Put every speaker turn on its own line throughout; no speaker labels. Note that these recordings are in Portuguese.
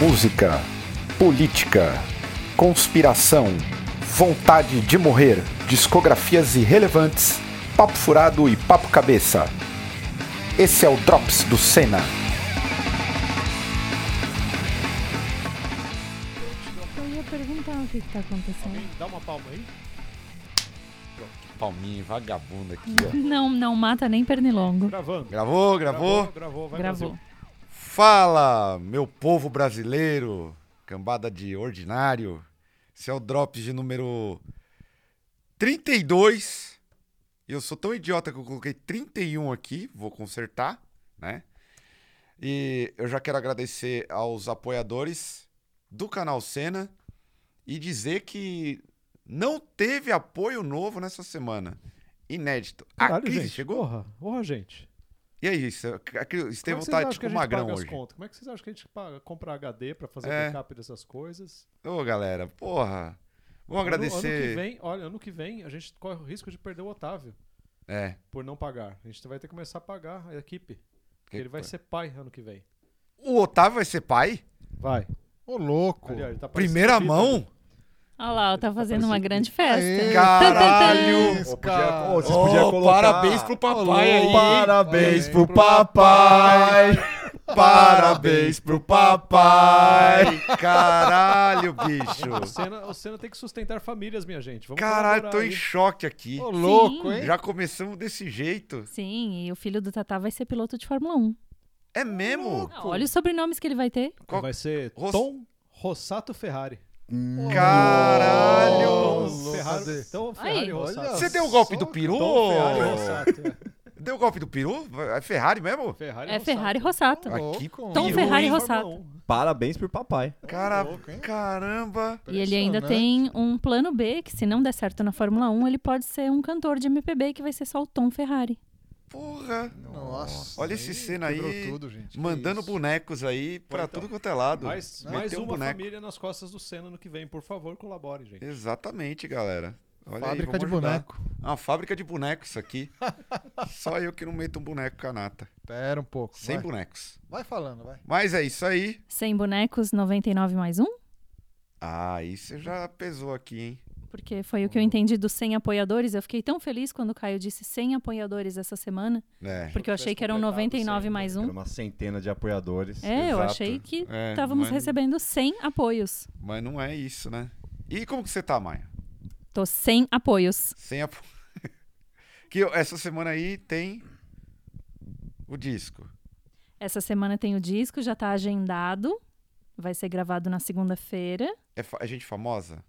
música, política, conspiração, vontade de morrer, discografias irrelevantes, papo furado e papo cabeça. Esse é o Drops do Senna.
Eu ia perguntar o que que tá acontecendo.
Dá uma palma aí.
Palminha vagabunda aqui,
Tá.
ó.
Não, não mata nem pernilongo.
Gravando.
Gravou, gravou.
Gravou, gravou, vai
Gravou.
Brasil.
Fala, meu povo brasileiro, cambada de ordinário. Esse é o Drops de número 32. E eu sou tão idiota que eu coloquei 31 aqui, vou consertar, né? E eu já quero agradecer aos apoiadores do canal Cena e dizer que não teve apoio novo nessa semana. Inédito. a
Caralho,
crise
gente.
chegou?
Porra, porra, gente.
E aí, isso, aquilo,
Como é
Estevão
que vocês
tá
acham
tipo
que a gente
magrão
paga as
hoje.
contas? Como é que vocês acham que a gente paga, compra HD pra fazer
É.
backup dessas coisas?
Ô, galera, porra. Vamos
Ano- Ano, que
agradecer.
vem, olha, ano que vem a gente corre o risco de perder o Otávio
É.
por não pagar. A gente vai ter que começar a pagar a equipe. Porque ele vai ser pai ano que vem.
O Otávio Tá, vai ser pai?
Vai.
Ô, louco.
Olha, ele tá parecendo
Primeira
Peter.
mão?
Olha lá, ó, tá fazendo uma grande
Aê,
festa.
Caralho!
Isso,
Ô, podia-
cara.
ô, vocês podiam
Ô,
colocar-
Parabéns pro papai aí. hein?
Parabéns
Olha aí.
pro papai.
Parabéns pro papai. Caralho,
O
bicho.
Senna, o Senna tem que sustentar famílias, minha gente. Vamos
Caralho,
colaborar
tô
aí.
em choque aqui.
Ô, louco,
Sim.
hein?
Já começamos desse jeito.
Sim, e o filho do Tatá vai ser piloto de Fórmula 1.
É mesmo?
Ah, olha os sobrenomes que ele vai ter.
Qual-
Vai ser
Ros-
Tom Rossato Ferrari.
Caralho.
Tom Ferrari,
cadê?
Tom Ferrari
Aí.
Rossato.
Você deu o golpe do peru?
Tom Ferrari Rossato. é.
Deu o golpe do peru? É Ferrari mesmo?
Ferrari
É
Rossato.
Ferrari Rossato.
Aqui,
um
Tom
peru,
Ferrari
hein?
Rossato.
Parabéns pro papai.
Cara,
louco, hein?
caramba.
E ele ainda tem um plano B, que se não der certo na Fórmula 1, ele pode ser um cantor de MPB que vai ser só o Tom Ferrari.
Porra.
Nossa.
Olha esse cena aí,
quebrou tudo, gente. Que
Mandando
isso.
bonecos aí pra
então.
tudo quanto é lado.
Mais,
Meteu
mais
um
uma
boneco.
família nas costas do Senna no que vem. Por favor, colaborem, gente.
Exatamente, galera. Olha aí,
Fábrica de
vamos ajudar.
boneco.
É uma fábrica de bonecos isso aqui. Só eu que não meto um boneco canata.
Pera um pouco.
Sem
vai.
bonecos.
vai falando, vai.
Mas é isso aí.
100 bonecos, 99 mais um?
Ah, aí você já pesou aqui, hein?
Porque foi o que eu entendi dos 100 apoiadores. Eu fiquei tão feliz quando o Caio disse 100 apoiadores essa semana,
É.
porque eu achei que um eram
completado
99
100,
mais
Era
um.
uma centena de apoiadores.
É, eu
Exato.
achei que
É,
estávamos
mas-
recebendo 100 apoios.
Mas não é isso, né? E como que você tá, Maia?
Tô sem apoios.
Sem a... que eu- essa semana aí tem o disco.
Essa semana tem o disco, já tá agendado. Vai ser gravado na segunda-feira.
É fa- é gente famosa?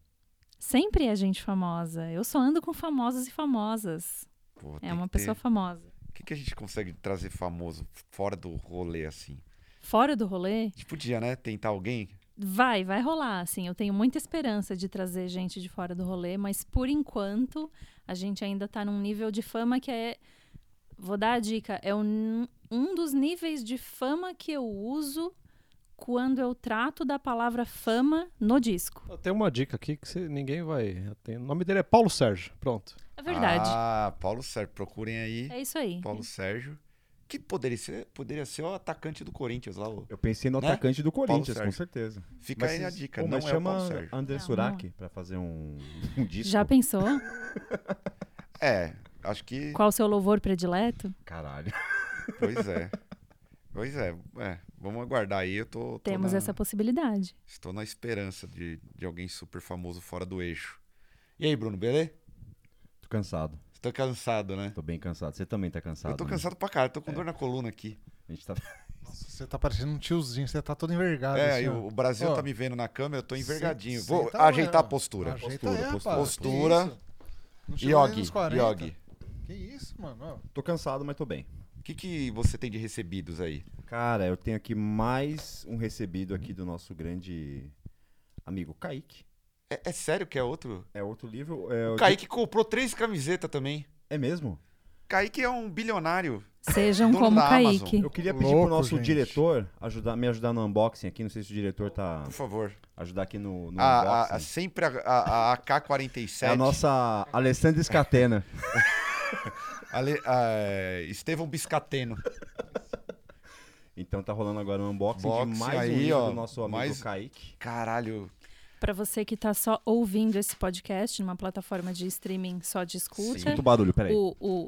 Sempre é gente famosa. Eu só ando com famosos e famosas.
Pô, tem
É uma
que ter.
pessoa famosa.
O que, que a gente consegue trazer famoso fora do rolê, assim?
Fora do rolê,
A gente podia, né? Tentar alguém.
Vai, vai rolar, assim. Eu tenho muita esperança de trazer gente de fora do rolê, mas por enquanto a gente ainda tá num nível de fama que é. Vou dar a dica: é um, um dos níveis de fama que eu uso quando eu trato da palavra fama no disco.
Tem uma dica aqui que você- ninguém vai. tem- O nome dele é Paulo Sérgio. Pronto.
É verdade.
Ah, Paulo Sérgio. Procurem aí.
É isso aí.
Paulo Sérgio. Que poderia ser, poderia ser o atacante do Corinthians lá. o-
Eu pensei no
Né?
atacante do Corinthians,
Sérgio.
com certeza.
Fica aí a
vocês-
dica.
Pô,
não
mas
é o Paulo
chama
Sérgio.
Não,
André
não
Surak pra fazer um, um disco.
Ah, Já pensou?
É, acho que.
Qual o seu louvor predileto?
Caralho.
Pois é. Pois é, é, Vamos aguardar aí. Eu tô. tô
Temos
na-
essa possibilidade.
Estou na esperança de, de alguém super famoso fora do eixo. E aí, Bruno, beleza?
Tô cansado.
Você tá cansado, né?
Tô bem cansado. Você também tá cansado.
eu tô
né?
cansado pra caralho, tô com dor na coluna aqui.
A gente tá...
Nossa, você tá parecendo um tiozinho, você tá todo envergado.
É,
assim,
aí
ó.
o o Brasil
Ó,
tá me vendo na câmera, eu tô envergadinho.
Senta-
Vou
senta lá,
ajeitar a
ó.
postura.
Ajeita
Postura,
aí,
postura.
rapaz.
Postura.
Que isso? Não chegou nem
Yogi,
nos 40.
Yogi.
Que isso, mano? ó.
Tô cansado, mas tô bem.
O que, que você tem de recebidos aí?
Cara, eu tenho aqui mais um recebido aqui do nosso grande amigo Kaique.
É, é sério que é outro?
É outro livro. É,
O
o
Kaique comprou três camisetas também.
é mesmo?
Kaique é um bilionário.
Sejam
Dono
como
da
Kaique.
Eu queria pedir
Louco,
pro nosso
gente.
diretor ajudar, me ajudar no unboxing aqui. Não sei se o diretor tá.
Por favor.
Ajudar aqui no, no
A- a-
unboxing.
a- Ah, sempre a, a- a AK-47.
É a nossa Alessandra Escatena.
é, Ale- a- Estevão Biscateno.
Então tá rolando agora um unboxing
Unboxing
de mais
aí,
um livro
ó,
do nosso amigo
mais-
Kaique.
Caralho.
Pra você que tá só ouvindo esse podcast numa plataforma de streaming só de
Sim.
escuta,
Muito barulho, peraí.
o, o,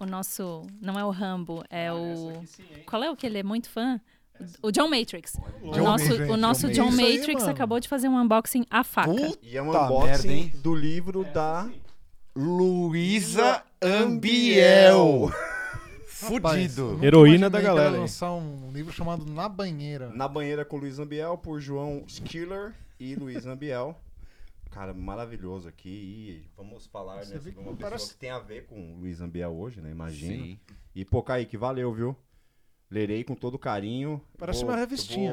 o nosso. Não é o Rambo, é o. Qual é o que ele é muito fã? O John Matrix. O
John
nosso,
Matrix,
o nosso
John
John
Matrix.
Matrix,
Isso aí, mano.
acabou de fazer um unboxing à faca.
Puta
E é um
Tá, merda,
unboxing
hein?
do livro da
Luísa Ambiel. Fudido.
Heroína da
imaginei que
galera,
Ela
hein?
lançar um livro chamado Na Banheira.
Na Banheira com Luiz Ambiel, por João Skiller e Luiz Ambiel. Cara, maravilhoso aqui. E vamos falar
Você
né, sobre
vê que
uma pessoa
parece-
que tem a ver com o Luiz Ambiel hoje, né? Imagino.
Sim.
E, pô, Kaique, valeu, viu? Lerei com todo carinho.
Parece uma revistinha,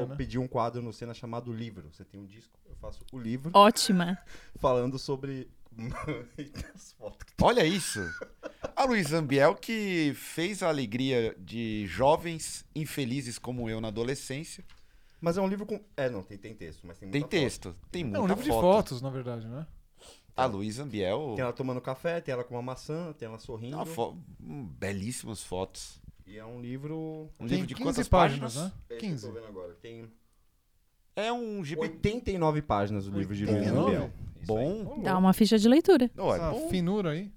eu vou
né?
pedir um quadro no Cena chamado Livro. Você tem um disco, eu faço o livro
Ótima.
falando sobre... Eita, as fotos.
Olha isso. A Luísa Ambiel que fez a alegria de jovens infelizes como eu na adolescência.
Mas é um livro com... É, não, tem, tem texto, mas tem
Tem
muita foto.
texto, tem muita
É um livro de
foto.
fotos, na verdade, né?
A Luísa Ambiel,
Tem ela tomando café, tem ela com uma maçã, tem ela sorrindo.
um
uma fo- hum, belíssimas fotos.
E é um livro...
Um
Tem
livro de
15
quantas
páginas,
páginas?
né?
É isso que eu
15.
tô vendo agora. Tem
É um gibi
89 páginas o livro de Luiz
89?
Ambiel.
bom.
Dá uma ficha de leitura.
Não, é
Essa
bom.
finura aí.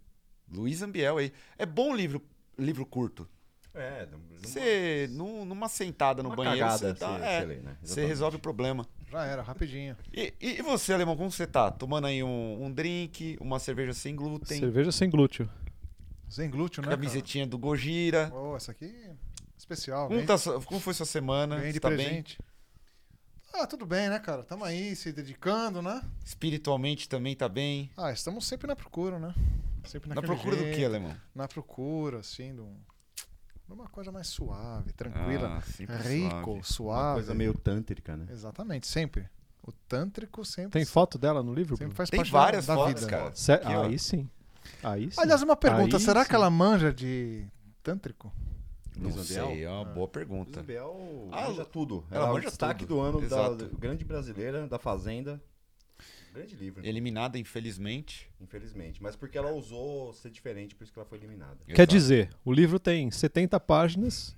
Luiz Ambiel aí. É bom livro, livro curto.
É, não-
Você, num- numa sentada no
uma
banheiro,
cagada
você tá-
você-
é,
você lê, né?
você
Exatamente.
resolve o problema.
Já era, rapidinho.
E, e- e você, Alemão, como você tá? Tomando aí um, um drink, uma cerveja sem glúten,
Cerveja sem glúteo.
Sem glúteo, né?
camisetinha do Gojira.
cara? Oh, essa aqui é especial.
Como,
Vem,
tá sua- como foi sua semana?
vem de
Você tá bem?
presente. Ah, tudo bem, né, cara? Tamo aí se dedicando, né?
Espiritualmente também tá bem?
Ah, estamos sempre na procura, né? Sempre
Na
naquele
procura do que,
jeito,
Alemão?
Na procura, assim, de, um- de uma coisa mais suave, tranquila.
Ah, sempre
rico,
suave.
suave.
Coisa meio tântrica, né?
Exatamente, sempre. O tântrico sempre,
Tem foto dela no livro?
sempre
Bruno?
faz
Tem
parte
várias
da, da
fotos,
vida.
cara.
Sé-
Aqui, ó.
Aí sim. Aí sim.
Aliás, uma pergunta,
Aí
será
sim.
que ela manja de tântrico?
Não
Luiz Ambiel?
sei, é uma boa
Luiz
pergunta.
Ambiel
Ah,
manja tudo.
ela
Ela, é o
manja
destaque
tudo.
do ano da
Exato.
grande brasileira, da Fazenda. Grande livro, né?
Eliminada, infelizmente.
infelizmente. Mas porque ela ousou ser diferente, por isso que ela foi eliminada.
Quer
Exato.
dizer, o livro tem 70 páginas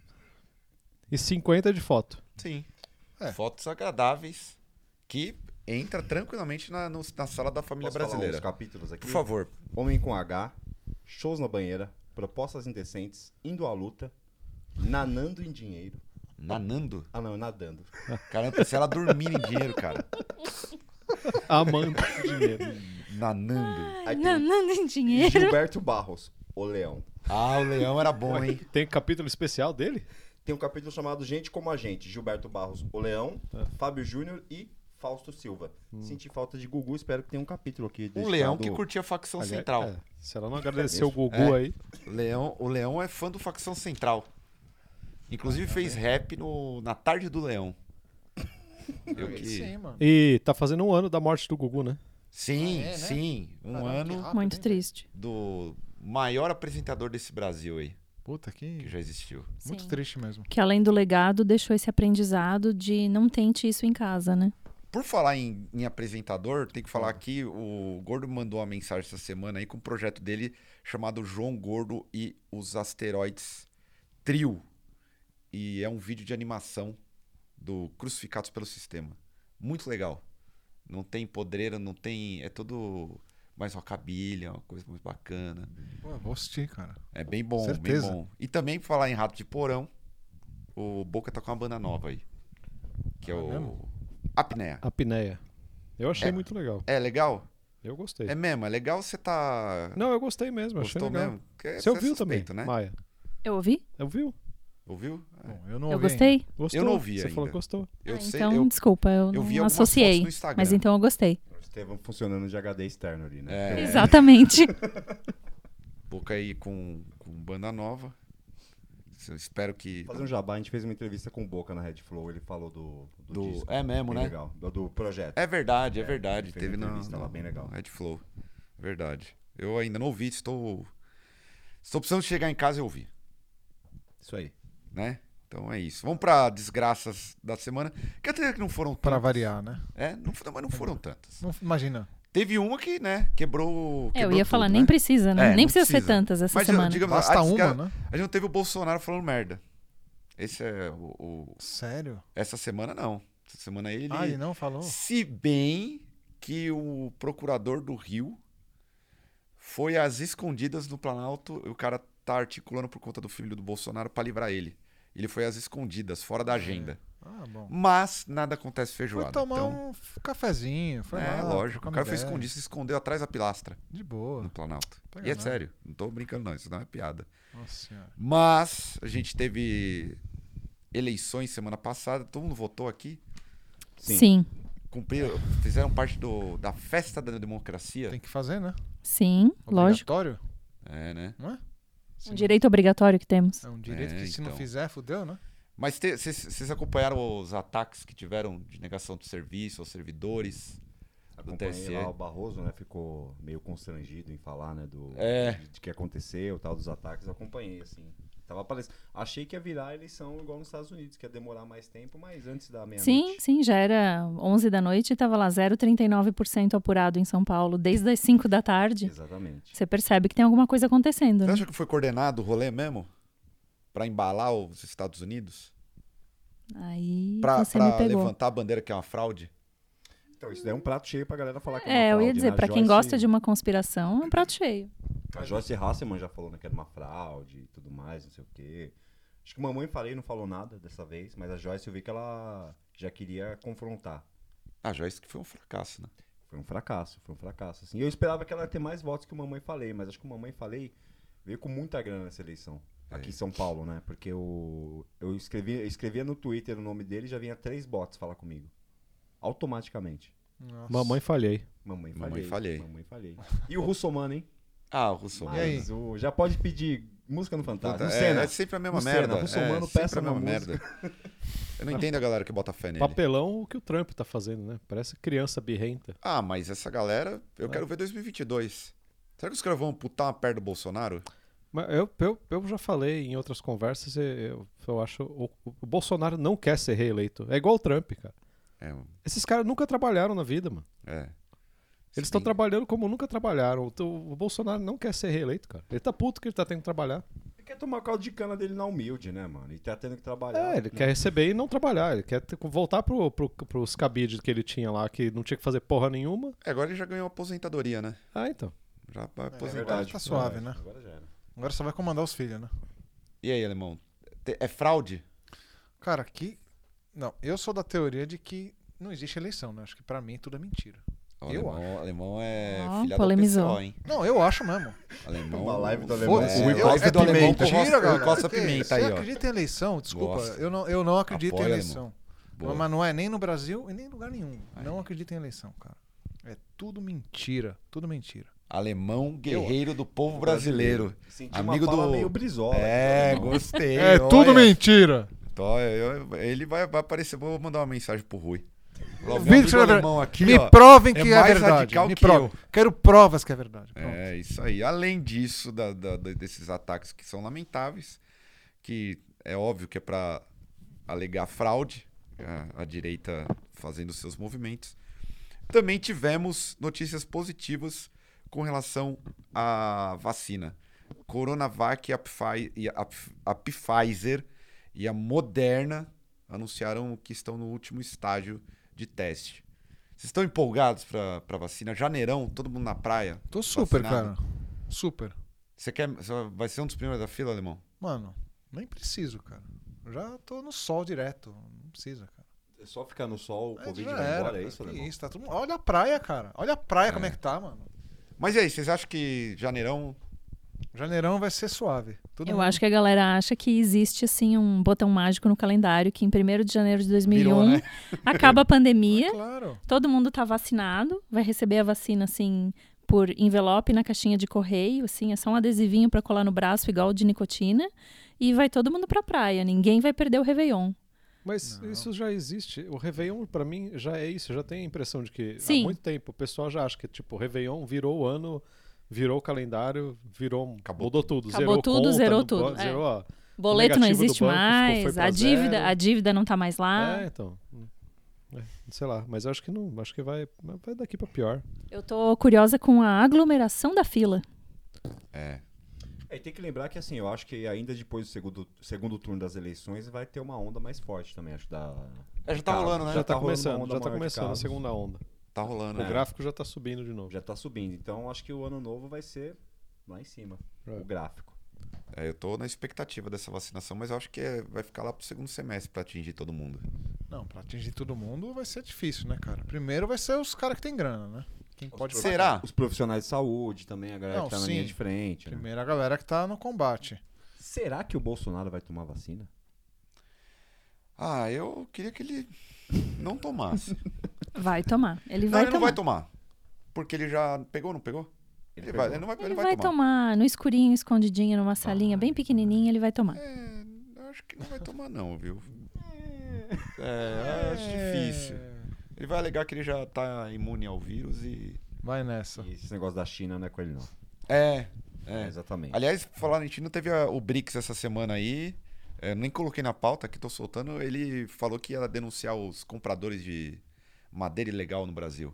e 50 de foto.
Sim.
É.
Fotos agradáveis que entra tranquilamente na, no- na sala da família
Posso falar
brasileira.
uns capítulos aqui?
Por favor.
Homem com H, Shows na Banheira, Propostas Indecentes, Indo à Luta, Nanando em Dinheiro.
Nanando?
Ah, não, nadando.
Caramba, se ela dormir em dinheiro, cara.
Amando dinheiro.
Nanando.
Aí tem
Não, não, nem
E
dinheiro.
Gilberto Barros, o Leão.
Ah, o leão era bom, hein?
Tem capítulo especial dele?
Tem um capítulo chamado Gente como a Gente. Gilberto Barros, o Leão,
É.
Fábio Júnior e Fausto Silva. Senti falta de Gugu, espero que tenha um capítulo aqui.
O
dedicado-
Hum. leão que curtia a facção
Aliás,
central.
é, se ela não agradecer o Gugu
É.
aí.
Leão, o leão é fã do facção central. Inclusive fez rap no, na tarde do leão. Eu
Aí
que-
Sim, mano.
E tá fazendo um ano da morte do Gugu, né?
Sim,
Ah, é, né?
sim. Um
Caramba, que
ano
rápido,
Muito
hein?
triste.
do maior apresentador desse Brasil aí,
Puta,
que
que...
já existiu.
Muito
Sim.
triste mesmo.
Que além do legado, deixou esse aprendizado de não tente isso em casa, né?
Por falar em, em apresentador, tem que falar aqui, o Gordo me mandou uma mensagem essa semana aí com um projeto dele chamado João Gordo e os Asteroides Trio. E é um vídeo de animação do Crucificados pelo Sistema. Muito legal. Não tem podreira, não tem... É todo mais rockabilly, é uma coisa muito bacana.
Pô, eu vou assistir, cara.
É bem bom,
Certeza.
bem bom. E também pra falar em Rato de Porão, o Boca tá com uma banda nova aí. Que é
Ah,
o...
mesmo?
Apnea.
Apneia. Eu achei
É.
muito legal.
É legal?
Eu gostei.
É mesmo, é legal você tá.
Não, eu gostei mesmo.
Gostou
achei legal.
mesmo? Porque
Você
é
ouviu também,
suspeito, né?
Maia?
Eu ouvi?
Ouviu?
Ouviu?
Ah,
Bom, eu não
Eu
ouvi ainda.
gostei?
Gostou?
Eu não ouvi
Você falou
ainda.
que gostou.
Eu
Ah,
sei,
então,
eu,
desculpa, eu,
eu vi
não
algumas
associei.
fotos no Instagram.
Mas então eu gostei.
O Estevão funcionando de HD externo ali, né?
É.
Exatamente.
Boca aí com, com banda nova. Eu espero que.
Fazer um jabá, a gente fez uma entrevista com o Boca na Red Flow, ele falou do, do,
Do-
disco.
é mesmo, né?
Bem legal, do, do projeto.
É verdade, é verdade.
ele fez
Teve
uma
na,
entrevista lá, bem legal.
no Red Flow. Verdade. Eu ainda não ouvi, estou. Estou precisando chegar em casa e ouvir,
Isso aí.
né? Então é isso. Vamos pra desgraças da semana. Que até que não foram
Pra
tantas.
variar, né?
É, não, foram- mas não foram tantas.
Não, imagina.
Teve uma que, né, quebrou.
É, eu
quebrou
ia falar,
tudo,
nem
né?
precisa, né?
É,
nem
não
precisa, ser
precisa.
tantas essa
Mas,
semana.
digamos, a
Basta
desgra-
uma, né?
A gente não teve o Bolsonaro falando merda. Esse é o. o-
Sério?
Essa semana não. Essa semana ele.
Ah, ele não falou?
Se bem que o procurador do Rio foi às escondidas no Planalto e o cara tá articulando por conta do filho do Bolsonaro pra livrar ele. Ele foi às escondidas, fora da agenda.
Ah, bom.
Mas nada acontece
Foi
feijoada.
tomar
então,
um cafezinho, foi
é,
lá,
lógico.
trocar
O
uma
cara foi
ideia.
escondido, se escondeu atrás da pilastra
De
no
boa.
Planalto. E
Tá
é
enganado.
sério, não tô brincando não, isso não é piada.
Nossa senhora.
Mas a gente teve eleições semana passada, todo mundo votou aqui.
Sim.
Sim.
Cumpriram, fizeram parte do, da festa da democracia.
Tem que fazer, né?
Sim, lógico.
Obrigatório,
É, né?
não é? Se
Um
não-
direito obrigatório que temos.
É um direito
É,
que se
então.
não fizer, fudeu, né?
Mas te- vocês vocês acompanharam os ataques que tiveram de negação de serviço aos servidores?
Acompanhei
TSE.
lá o Barroso, né? Ficou meio constrangido em falar, né? Do,
É.
De, de que aconteceu, tal, dos ataques. Acompanhei, assim. Tava aparecendo. Achei que ia virar a eleição igual nos Estados Unidos, que ia demorar mais tempo, mas antes da
é
Sim,
meia-noite.
sim, já era 11 da noite e tava lá 0,39% apurado em São Paulo, desde as 5 da tarde.
Exatamente.
Você percebe que tem alguma coisa acontecendo,
Você
né?
acha que foi coordenado o rolê mesmo? Pra embalar os Estados Unidos?
Aí
Então, Pra,
Então você
pra
me pegou.
levantar a bandeira que é uma fraude?
Então, isso daí é um prato cheio pra galera falar que é, uma
É, eu ia
fraude,
dizer,
né? A
pra quem
Joyce-
gosta de uma conspiração, é um prato cheio.
A Joyce Hasselman já falou né, que era uma fraude e tudo mais, não sei o quê. Acho que mamãe falei, não falou nada dessa vez, mas a Joyce eu vi que ela já queria confrontar.
Ah, já isso que foi um fracasso, né?
Foi um fracasso, foi um fracasso. Assim. Eu esperava que ela ia ter mais votos que o Mamãe Falei, mas acho que o Mamãe Falei veio com muita grana nessa eleição.
É.
Aqui em São Paulo, né? Porque o, eu, escrevi, eu escrevia no Twitter o nome dele e já vinha três bots falar comigo. Automaticamente.
Nossa.
Mamãe falhei.
Mamãe falei.
Mamãe Falei.
Mamãe falei. E o Russomano, hein?
Ah, o Russo.
E aí?
Mas o, já pode pedir música no Fantástico.
Puta,
No
é,
Senna.
é sempre a mesma
Lucena,
merda. É,
Russomano,
sempre
peça
a mesma
uma
merda. Eu não entendo a galera que bota fé nele.
Papelão o que o Trump tá fazendo, né? Parece criança birrenta.
Ah, mas essa galera, eu quero ver 2022. Será que os caras vão amputar uma perna do Bolsonaro?
Mas eu, eu, eu já falei em outras conversas, eu, eu- eu acho o, o Bolsonaro não quer ser reeleito. É igual o Trump, cara.
É,
Esses caras nunca trabalharam na vida, mano.
é.
Eles
Se
estão
bem-
trabalhando como nunca trabalharam. O, o Bolsonaro não quer ser reeleito, cara. Ele tá puto que ele tá tendo que trabalhar.
Ele quer tomar o caldo de cana dele na humilde, né, mano? E tá tendo que trabalhar.
É, ele quer receber e não trabalhar. Ele quer ter- voltar pro, pro, pros cabides que ele tinha lá, que não tinha que fazer porra nenhuma.
É, agora ele já ganhou aposentadoria, né?
Ah, então.
Já vai
É
aposentar.
verdade, tá suave, né?
Agora já era.
Agora só vai comandar os filhos, né?
E aí, alemão? Te- É fraude?
Cara, aqui. Não, eu sou da teoria de que não existe eleição, né? Acho que pra mim tudo é mentira.
O
Eu
alemão, alemão é
Ó,
filha
polemizou.
do PCO, hein?
Não, eu acho mesmo.
Alemão.
Uma live do alemão.
Foda-se.
É,
eu-
live do alemão com o
mentira,
Costa-
galera.
o Costa
Que isso?
Pimenta aí,
Você
ó.
acredita em eleição? Desculpa,
Gosta.
eu não, eu não acredito
Apoia,
em
alemão.
eleição.
Boa.
Mas não é nem no Brasil e nem em lugar nenhum. Não acredito em eleição, cara. É tudo mentira. Tudo mentira.
Alemão guerreiro do povo brasileiro.
Senti
Amigo
uma fala
do-
meio brisola.
É, gostei. olha.
mentira.
Então, eu- eu- ele vai, vai aparecer. Vou mandar uma mensagem pro Rui. Lá, o
Vítor
amigo
Xavier,
alemão aqui,
Me
ó.
provem
é
que é
mais
verdade.
radical
Me
que
provem. Quero provas que é verdade. Pronto.
É, isso aí. Além disso, da- da- da- desses ataques que são lamentáveis, que é óbvio que é para alegar fraude, a, a direita fazendo seus movimentos, também tivemos notícias positivas com relação à vacina. Coronavac e a Pfi- e a Pf- a Pfizer e a Moderna anunciaram que estão no último estágio de teste. Vocês estão empolgados para a vacina? Janeirão, todo mundo na praia.
Tô super,
Vacinado.
cara. Super.
Você quer. você vai ser um dos primeiros da fila, alemão?
Mano, nem preciso, cara. Já tô no sol direto. Não precisa, cara.
É só ficar no sol, o
É,
Covid
já
vai embora, é
cara.
isso,
Que
alemão?
isso, tá todo mundo- Olha a praia, cara. Olha a praia como é que tá, mano.
Mas e aí, vocês acham que janeirão.
Janeirão vai ser suave. Todo
Eu
mundo-
acho que a galera acha que existe assim um botão mágico no calendário que em 1 de janeiro de 2001
Virou, né?
acaba a pandemia,
Claro.
todo mundo tá vacinado, vai receber a vacina assim por envelope na caixinha de correio, assim, é só um adesivinho pra colar no braço igual o de nicotina e vai todo mundo pra praia, ninguém vai perder o Réveillon.
Mas
Não.
isso já existe. O Réveillon, pra mim, já é isso. Já tem a impressão de que há
Sim.
muito tempo o pessoal já acha que, tipo, o Réveillon virou o ano, virou o calendário, virou. um-
Acabou.
Mudou tudo.
Acabou
zerou
tudo,
conta,
zerou
não pode-
tudo, é.
Zerou, ó.
Boleto não
negativo do
existe
banco ficou- foi
mais,
pra
a dívida,
zero.
a dívida não tá mais lá.
É, então. É, sei lá, mas eu acho que não. Acho que vai, vai daqui pra pior.
Eu tô curiosa com a aglomeração da fila.
É, e tem que lembrar que, assim, eu acho que ainda depois do segundo, segundo turno das eleições vai ter uma onda mais forte também, acho, da...
É, já tá
Carlos.
rolando, né?
Já tá,
tá rolando uma
começando,
onda
já tá
maior de
começando a
casos. É.
segunda onda.
Tá rolando,
O
né?
gráfico já tá subindo de novo.
Já tá subindo. Então acho que o ano novo vai ser lá em cima.
Right.
O gráfico.
É, eu tô na expectativa dessa vacinação, mas eu acho que é- vai ficar lá pro segundo semestre pra atingir todo mundo.
Não, pra atingir todo mundo vai ser difícil, né, cara? Primeiro vai ser os caras que tem grana, né? Quem pode
Será?
Os profissionais de saúde também, a galera
Não,
que tá na
sim.
linha de
É.
frente. né?
Primeiro a galera que tá no combate.
Será que o Bolsonaro vai tomar vacina?
Ah, eu queria que ele não tomasse.
Vai tomar. Ele
não,
vai
ele não vai
tomar.
tomar. Porque ele já pegou, não pegou? Ele, vai,
pegou.
ele não vai, ele
Ele
vai
vai
tomar.
tomar no escurinho, escondidinho, numa salinha bem pequenininha, ele vai tomar.
É.
Eu acho que não vai tomar, não, viu? É, eu acho difícil. Ele vai alegar que ele já tá imune ao vírus e.
Vai nessa.
E esse negócio da China não é com ele, não.
É,
É,
é.
exatamente.
Aliás, falando em China, teve a- o BRICS essa semana aí. É, nem coloquei na pauta, aqui tô soltando. Ele falou que ia denunciar os compradores de madeira ilegal no Brasil.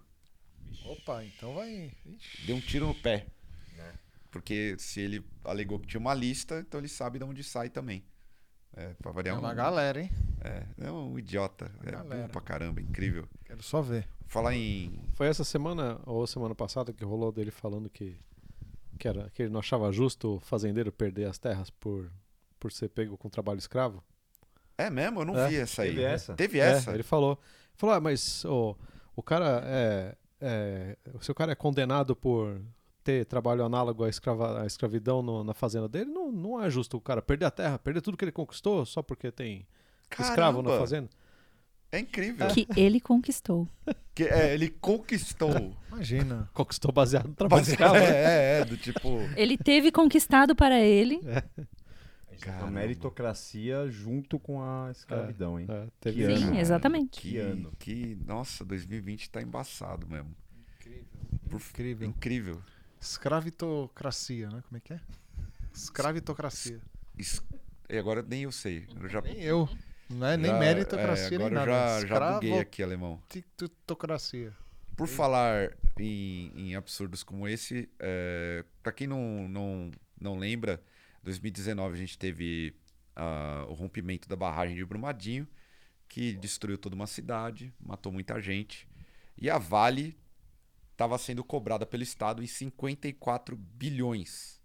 Opa, então vai. Ixi.
Deu um tiro no pé. Porque se ele alegou que tinha uma lista, então ele sabe de onde sai também. É, pra
É
variar um,
uma galera, hein?
é um idiota. É burro
galera.
pra caramba, incrível.
Quero só ver.
Falar em.
Foi essa semana ou semana passada que rolou dele falando que, que, era, que ele não achava justo o fazendeiro perder as terras por, por ser pego com trabalho escravo?
É mesmo? Eu não
É,
vi essa aí.
teve essa?
Teve
É,
essa?
ele falou. Falou, ah, mas ô, o cara é, é. Se o cara é condenado por ter trabalho análogo à, escrava- à escravidão no- na fazenda dele, não, não é justo o cara perder a terra, perder tudo que ele conquistou só porque tem escravo na
Caramba,
fazenda.
É incrível.
Que ele conquistou.
Que, é, ele conquistou.
Imagina.
Conquistou baseado no trabalho
Mas,
escravo. né?
é, é, é, do tipo.
Ele teve conquistado para ele.
É.
A gente tá com
Caramba.
a meritocracia junto com a escravidão, hein?
É, teve
Que
isso.
ano,
Sim,
cara.
exatamente.
Que,
Que ano.
que, nossa, 2020 tá embaçado mesmo.
Incrível.
Incrível.
Escravitocracia, né? Como é que é? Escravitocracia.
Es- E agora nem eu sei. Eu já,
Nem eu. Não é nem
já-
meritocracia,
é,
nem
agora
nada.
eu já, já buguei aqui, alemão.
Escravitocracia.
Por falar em, em absurdos como esse, é, para quem não, não, não lembra, 2019 a gente teve ah, o rompimento da barragem de Brumadinho, que destruiu toda uma cidade, matou muita gente. E a Vale estava sendo cobrada pelo Estado em 54 bilhões.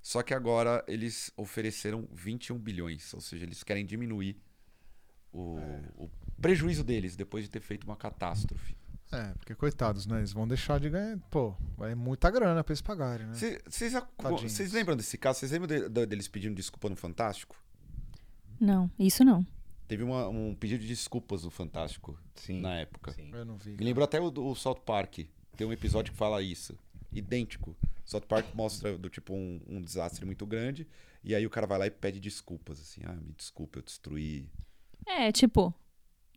Só que agora eles ofereceram 21 bilhões, ou seja, eles querem diminuir o- o prejuízo deles depois de ter feito uma catástrofe.
É, porque coitados, né? Eles vão deixar de ganhar. Pô, vai muita grana pra eles pagarem, né?
Cê- Vocês acu-
Tadinhos.
vocês lembram desse caso? Vocês lembram de- da- deles pedindo desculpa no Fantástico?
Não, isso não.
Teve uma- um pedido de desculpas no Fantástico
Sim.
na época.
Sim.
Eu não vi.
Me lembrou até o do o South Park. Tem um episódio que fala isso. Idêntico. South Park mostra do tipo um, um desastre muito grande. E aí o cara vai lá e pede desculpas. Assim, ah, me desculpa, eu destruí.
É, tipo,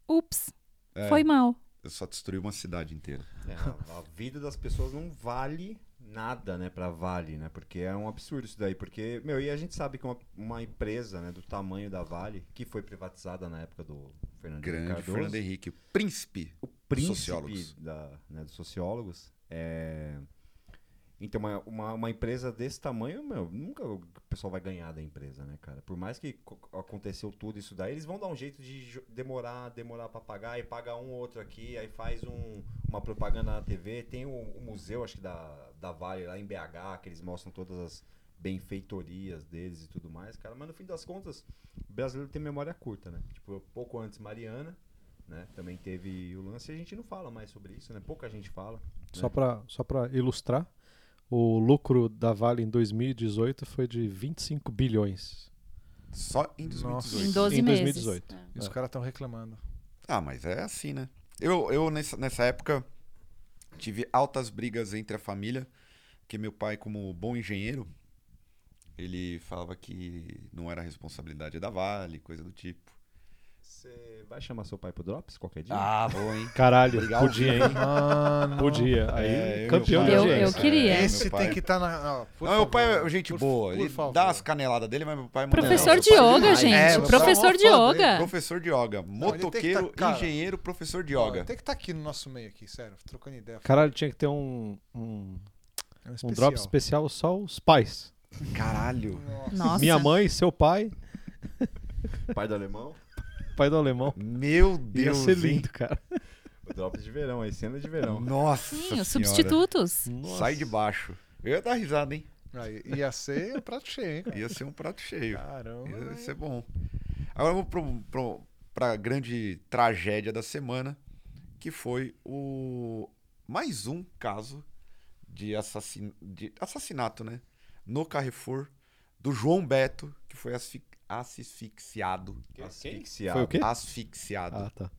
ups,
É,
foi mal.
Eu só destruí uma cidade inteira.
É, a, a vida das pessoas não vale nada, né, pra Vale, né? Porque é um absurdo isso daí, porque, meu, e a gente sabe que uma, uma empresa, né, do tamanho da Vale, que foi privatizada na época do Fernando
Grande
Cardoso,
Fernando Henrique, o príncipe.
o príncipe
Sociólogos.
da, né, dos sociólogos, é... Então, uma, uma, uma empresa desse tamanho, meu, nunca o pessoal vai ganhar da empresa, né, cara? Por mais que co- aconteceu tudo isso daí, eles vão dar um jeito de jo- demorar, demorar pra pagar, e paga um ou outro aqui, aí faz um, uma propaganda na TV. Tem o, o museu, acho que da, da Vale, lá em BH, que eles mostram todas as benfeitorias deles e tudo mais, cara. Mas no fim das contas, o brasileiro tem memória curta, né? Tipo, pouco antes Mariana, né? Também teve o lance, e a gente não fala mais sobre isso, né? Pouca gente fala.
É.
Só para só pra ilustrar, o lucro da Vale em 2018 foi de 25 bilhões.
Só em
Nossa.
2018.
Em 12
Em
meses.
2018.
É.
Os caras estão reclamando.
Ah, mas é assim, né? Eu, eu nessa, nessa época, tive altas brigas entre a família, porque meu pai, como bom engenheiro, ele falava que não era responsabilidade da Vale, coisa do tipo.
Você É, vai chamar seu pai pro Drops qualquer dia?
bom, hein?
Caralho,
Legal.
podia, hein?
Mano.
Podia. Aí,
É, eu,
campeão de
meu pai,
audiência.
Eu queria.
meu
Esse
pai-
tem que estar tá na. ó, por
Não, meu pai
favor.
é gente
Por-
boa.
por
Ele
favor.
dá as caneladas dele, mas meu pai... é muito
Professor
legal.
de yoga,
Demais.
gente.
É, você é
professor
uma
de
foda,
yoga.
Professor de yoga.
ele tem que
Motoqueiro,
tá- cara.
engenheiro, professor de
Ó,
yoga.
Tem que estar aqui no nosso meio aqui, sério. Trocando ideia.
Caralho, tinha que ter um, um,
É um
um
especial.
drop especial só os pais.
Caralho.
Nossa.
Minha mãe, seu pai,
Pai do alemão,
pai do alemão.
Meu
Ia
Deus.
ser
hein?
lindo, cara.
o drops de verão, aí cena de verão.
Nossa.
Sim,
senhora. Hum,
os substitutos.
Sai de baixo. Eu ia dar risada, hein?
Aí, ia ser um prato cheio, hein, cara?
Ia ser um prato cheio.
Ah,
Caramba.
Ia
velho.
ser bom. Agora vamos pro, pro, pra grande tragédia da semana, que foi o mais um caso de, assassin... de assassinato, né? No Carrefour, do João Beto, que foi asfi- asfixiado.
Asfixiado.
Foi o quê?
Asfixiado.
Ah, tá.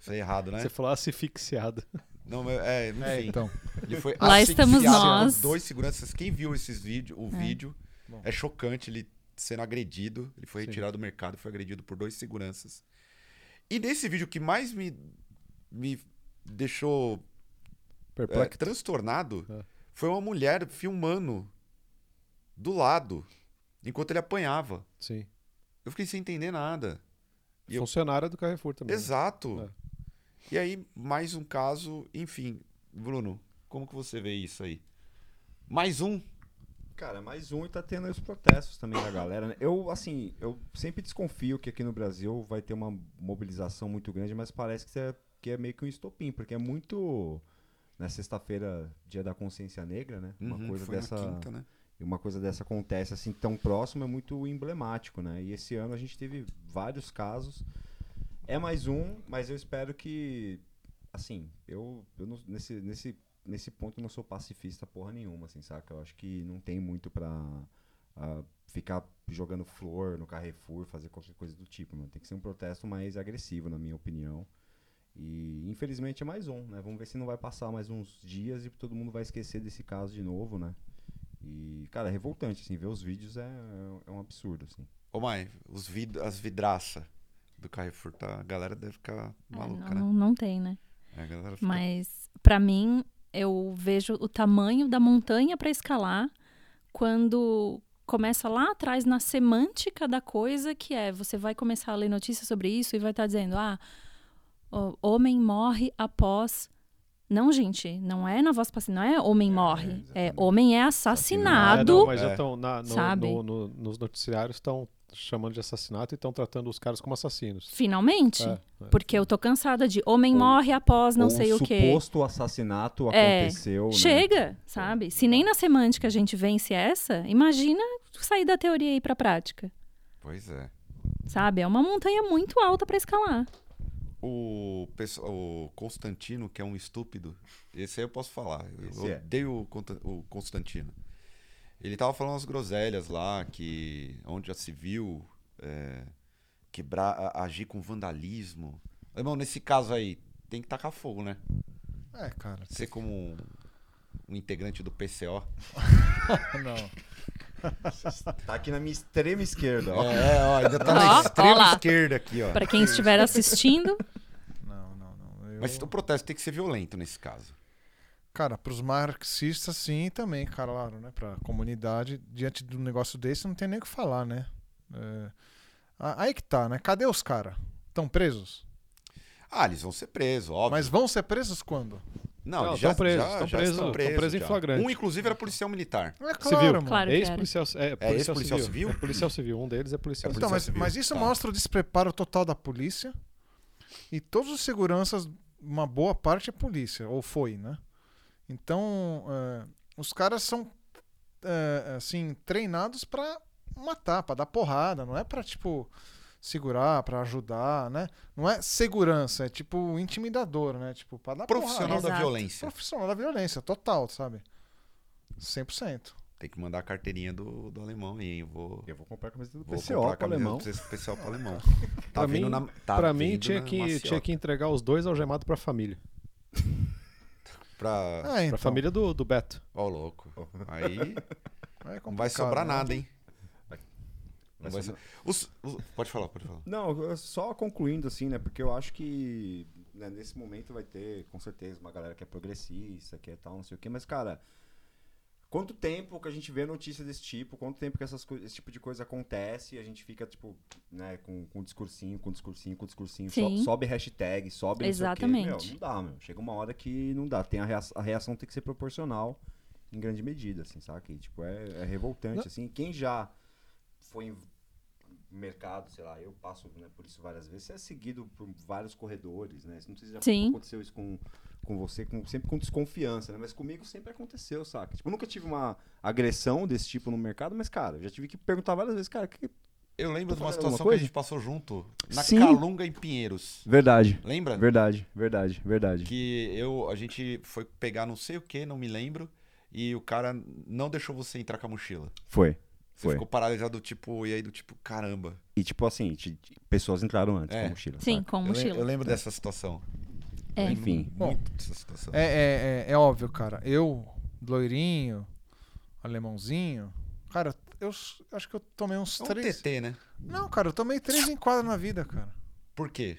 Falei errado, né?
Você falou "Ah, asfixiado.
Não, mas- é, enfim.
É, então.
Ele foi assim
Lá
asfixiado
estamos
por
nós.
Dois seguranças. Quem viu esses vídeos, o vídeo,
Bom.
é chocante ele sendo agredido. Ele foi retirado do mercado, foi agredido por dois seguranças. E nesse vídeo que mais me, me deixou é,
Perplexo.
transtornado
É.
foi uma mulher filmando do lado, enquanto ele apanhava.
Sim.
Eu fiquei sem entender nada. E eu-
Funcionária do Carrefour também. né?
Exato.
É.
E aí, mais um caso, enfim. Bruno, como que você vê isso aí? Mais um
Cara, mais um e tá tendo aí os protestos também da galera. né? Eu, assim, eu sempre desconfio que aqui no Brasil vai ter uma mobilização muito grande, mas parece que é, que é meio que um estopim, porque é muito. Na sexta-feira, dia da consciência negra, né? Uma
Uhum,
coisa
foi na
dessa.
quinta, né?
e uma coisa dessa acontece assim tão próximo é muito emblemático, né? E esse ano a gente teve vários casos. É mais um, mas eu espero que assim, eu, eu não- nesse nesse nesse ponto eu não sou pacifista porra nenhuma, assim, saca? Eu acho que não tem muito pra ah, ficar jogando flor no Carrefour, fazer qualquer coisa do tipo, mano. Tem que ser um protesto mais agressivo, na minha opinião. E infelizmente é mais um, né? Vamos ver se não vai passar mais uns dias e todo mundo vai esquecer desse caso de novo, né? E, cara, é revoltante, assim, ver os vídeos é, é um absurdo, assim.
Ô, mãe, os vid as vidraças do Carrefour, tá? A galera deve ficar
Ah,
maluca,
não,
né? É,
não, não tem, né?
A galera fica-
Mas pra mim, eu vejo o tamanho da montanha pra escalar quando começa lá atrás na semântica da coisa, que é você vai começar a ler notícias sobre isso e vai estar dizendo: "Ah, o homem morre após não, gente, não é na voz passiva, não é homem morre, é
exatamente.
homem é
É, não,
assassinado.
mas
É.
já estão
Sabe?
nos noticiários estão chamando de assassinato e estão tratando os caras como assassinos.
Finalmente,
É, é.
porque eu tô cansada de homem morre após não
Ou
sei o
suposto
quê.
assassinato
É,
aconteceu, né?
Chega, sabe? Se nem na semântica a gente vence essa, imagina sair da teoria e ir pra prática,
Pois é.
sabe? É uma montanha muito alta pra escalar.
O, pesso- o Constantino, que é um estúpido, esse aí eu posso falar. Eu
Esse é.
odeio o Conta- o Constantino. Ele tava falando umas groselhas lá, que onde já se viu é, quebrar, a- agir com vandalismo. Irmão, nesse caso aí, tem que tacar fogo, né?
É, cara.
Você como um, um integrante do PCO.
Não.
Tá aqui na minha extrema esquerda, ó.
É, ó, ainda tá
Ó,
na
ó
extrema
lá.
esquerda aqui, ó.
Pra quem estiver assistindo,
Não, não, não. Eu...
Mas então o protesto tem que ser violento nesse caso.
Cara, pros marxistas, sim, e também, claro, né? Pra comunidade, diante de um negócio desse, não tem nem o que falar, né? É, a- Aí que tá, né? Cadê os caras? Estão presos?
Ah, eles vão ser presos, óbvio.
Mas vão ser presos quando?
não,
Não,
eles já,
tão presos,
já,
tão
já
presos,
estão
tão
presos.
presos em
já.
flagrante.
Um, inclusive, era policial militar.
É claro,
Civil.
mano.
Claro que era.
Ex-policial é, policial civil.
ex-policial civil?
É policial civil, um deles é policial
É
Então,
civil.
mas,
civil,
mas isso
tá.
mostra o despreparo total da polícia e todos os seguranças, uma boa parte é polícia, ou foi, né? Então, eh, os caras são, eh, assim, treinados pra matar, pra dar porrada, não é pra, tipo, segurar, pra ajudar, né? Não é segurança, é, tipo, intimidador, né? Tipo, pra dar
Profissional
porrada.
da
Exato.
violência.
Profissional da violência, total, sabe? 100%.
Tem que mandar a carteirinha do, do alemão aí, hein? Eu Vou,
Eu vou comprar a camiseta do
vou
PCO
comprar a
pro
camisa
alemão.
especial pro alemão. Tá
Pra
vindo
mim-
na, tá
Pra mim
vindo
tinha
na
que,
maciota.
tinha que entregar os dois algemados pra família.
Pra...
É,
Pra
então,
família do, do Beto.
Ó, louco. Aí
é
não vai
complicado,
sobrar
né?
nada, hein? Não vai
Vai ser-
so- Os- os- Pode falar, pode falar.
Não, eu- só concluindo, assim, né? Porque eu acho que né, nesse momento vai ter, com certeza, uma galera que é progressista, que é tal, não sei o quê, mas, cara, quanto tempo que a gente vê notícia desse tipo, quanto tempo que essas coi- esse tipo de coisa acontece e a gente fica, tipo, né, com, com discursinho, com discursinho, com discursinho, so-
Sim.
sobe hashtag, sobe não sei o quê.
Exatamente.
Meu, não dá, meu. Chega uma hora que não dá. Tem a reação, a reação tem que ser proporcional. em grande medida, assim, saca? E, tipo, é, é revoltante,
Não.
assim. Quem já foi em mercado, sei lá, eu passo né, por isso várias vezes, você é seguido por vários corredores, né? Não sei se já
Sim.
aconteceu isso com, com você, com- sempre com desconfiança, né? Mas comigo sempre aconteceu, saca? Tipo, eu nunca tive uma agressão desse tipo no mercado, mas, cara, eu já tive que perguntar várias vezes, cara, o que que...
Eu lembro
Tô
de uma
falando alguma
situação que a
coisa?
gente passou junto na
Sim.
Calunga em Pinheiros.
Verdade,
Lembra?
verdade, verdade, verdade.
Que eu, a gente foi pegar não sei o que, não me lembro, e o cara não deixou você entrar com a mochila.
Foi,
Você
foi.
ficou paralisado, tipo, e aí do tipo, caramba.
E, tipo, assim, t- t- pessoas entraram antes
É.
com a mochila,
Sim,
saca?
com
Eu, lem-
mochila.
eu lembro dessa situação.
É.
Lembro
Enfim.
Muito dessa situação.
É, é, é, é óbvio, cara. Eu, loirinho, alemãozinho. Cara, eu s- acho que eu tomei uns
É um
três.
TT, né?
Não, cara, eu tomei três em quadra na vida, cara.
Por quê?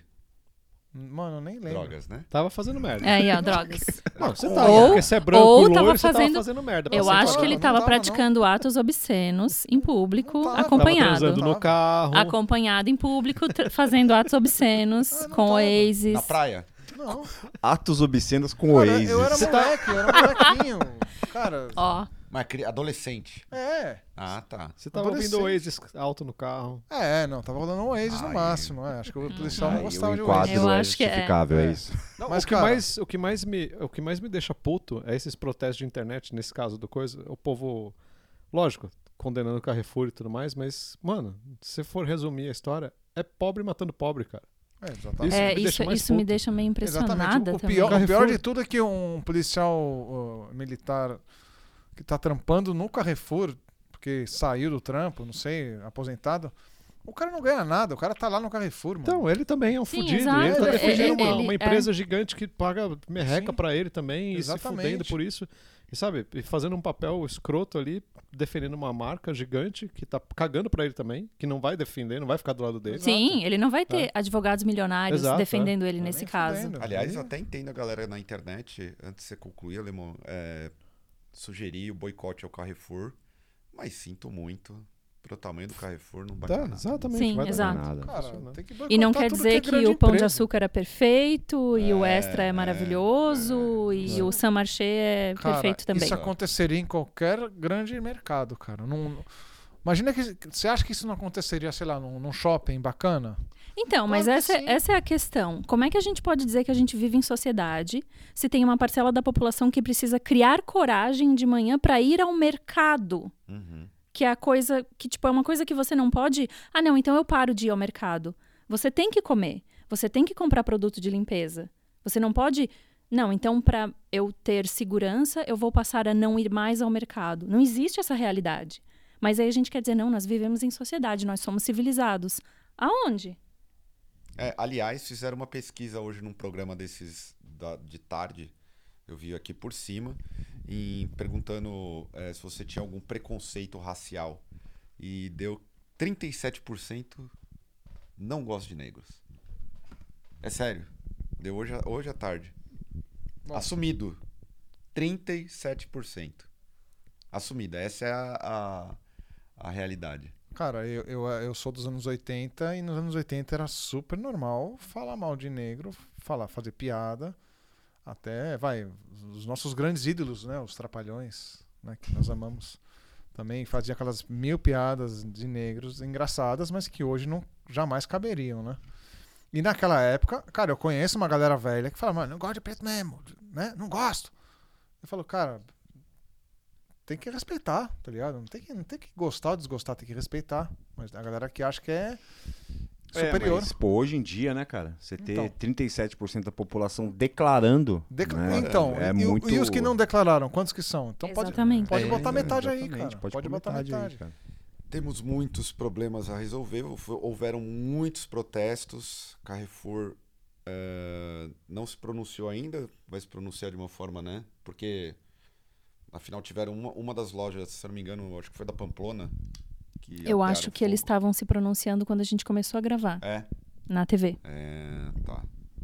Mano, eu nem lembro.
Drogas, né?
Tava fazendo merda.
É Aí, ó, drogas.
Não, você
Ou-
tá aí, porque você é branco
ou
loiro,
tava
você tava
fazendo-
fazendo merda. pra
Eu
você
acho
falar.
que ele
não
tava
tava, não.
praticando atos obscenos em público,
Não tava. Tava
Tava transando
acompanhado.
no carro.
Acompanhado em público, tra- fazendo atos obscenos
Ah, não
com
tava.
Na
Oasis.
praia?
Não.
Atos obscenos com
Cara,
Oasis.
eu era
tá
moleque, eu era molequinho. Cara,
Ó,
Mas cri- adolescente.
é.
Ah, tá.
Você tava ouvindo Oasis alto no carro.
É, não, tava rolando um Oasis no
Aí.
máximo, é. Acho que o
Hum.
policial não
Aí,
gostava
o
de
enquadro
Oasis.
Eu
é
acho que é.
justificável, é,
É.
isso.
Não,
Mas,
o, que
cara-
mais, o, que mais me, o que mais me deixa puto é esses protestos de internet, nesse caso do coisa, o povo, lógico, condenando o Carrefour e tudo mais, mas, mano, se for resumir a história, é pobre matando pobre, cara.
É, exatamente.
Isso
é,
me deixa
isso,
mais
isso me
puto.
deixa meio
Exatamente.
impressionada
O, o
também.
pior, o pior
Carrefour.
de tudo é que um policial uh, militar que tá trampando no Carrefour, porque saiu do trampo, não sei, aposentado, o cara não ganha nada, o cara tá lá no Carrefour, mano.
Então, ele também é um
Sim,
fudido.
exato.
Ele tá
É,
defendendo
é,
uma,
ele-
uma
é.
empresa gigante que paga merreca
Sim.
pra ele também e
Exatamente.
se fudendo por isso. E sabe, e fazendo um papel escroto ali, defendendo uma marca gigante que tá cagando pra ele também, que não vai defender, não vai ficar do lado dele.
Sim, ele não vai
É.
ter advogados milionários
Exato, é.
defendendo ele
Tá Nem
nesse caso.
fudendo.
Aliás, eu
Aí-
até entendo a galera na internet, antes de você concluir, Alemão, é, sugerir o boicote ao Carrefour, mas sinto muito. Pro tamanho do Carrefour não vai
Tá,
dar nada.
exatamente.
Sim,
vai dar
exato.
nada.
Cara, tem que
E não
boicotar
quer
tudo
dizer
que,
que,
é grande
o pão de
empresa.
açúcar é perfeito e o
É,
extra
é,
é maravilhoso e
é.
o San Marché é
Cara,
perfeito também.
Isso aconteceria em qualquer grande mercado, cara. Não- Imagina que você acha que isso não aconteceria, sei lá, num, num shopping bacana?
Então, mas
Claro que
essa,
sim.
essa é a questão. Como é que a gente pode dizer que a gente vive em sociedade se tem uma parcela da população que precisa criar coragem de manhã para ir ao mercado?
Uhum.
Que é a coisa que, tipo, é uma coisa que você não pode. Ah, não, então eu paro de ir ao mercado. Você tem que comer. Você tem que comprar produto de limpeza. Você não pode. Não, então para eu ter segurança, eu vou passar a não ir mais ao mercado. Não existe essa realidade. Mas aí a gente quer dizer, não, nós vivemos em sociedade, nós somos civilizados. Aonde?
É, aliás, fizeram uma pesquisa hoje num programa desses da- de tarde, eu vi aqui por cima, e perguntando é, se você tinha algum preconceito racial. E deu 37% não gosta de negros. É sério. Deu hoje, a- hoje à tarde.
Nossa.
Assumido. 37%. Assumida. Essa é a, a, a realidade.
Cara, eu, eu, eu sou dos anos 80 e nos anos 80 era super normal falar mal de negro, falar, fazer piada. Até, vai, os nossos grandes ídolos, né? Os trapalhões, né? Que nós amamos. Também fazia aquelas mil piadas de negros engraçadas, mas que hoje não jamais caberiam, né? E naquela época, cara, eu conheço uma galera velha que fala, mano, não gosto de preto mesmo, né? Não gosto. Eu falo, cara, tem que respeitar, tá ligado? Não tem que, não tem que gostar ou desgostar, tem que respeitar. Mas a galera que acha que é superior.
Mas, pô, hoje em dia, né, cara? Você ter
Então.
37% da população declarando.
Decla-
né,
Então,
é
e, o-
muito...
e os que não declararam, quantos que são? Então pode,
Exatamente.
pode
É,
botar metade aí,
Exatamente,
cara. Pode,
pôr
botar metade.
aí, cara.
É,
Temos muitos problemas a resolver. Houve- Houveram muitos protestos. Carrefour eh, não se pronunciou ainda, vai se pronunciar de uma forma, né? Porque afinal tiveram uma, uma das lojas, se eu não me engano, acho que foi da Pamplona. Que
Eu
atearam
acho que
fogo.
eles estavam se pronunciando quando a gente começou a gravar
É,
na TV.
é, tá.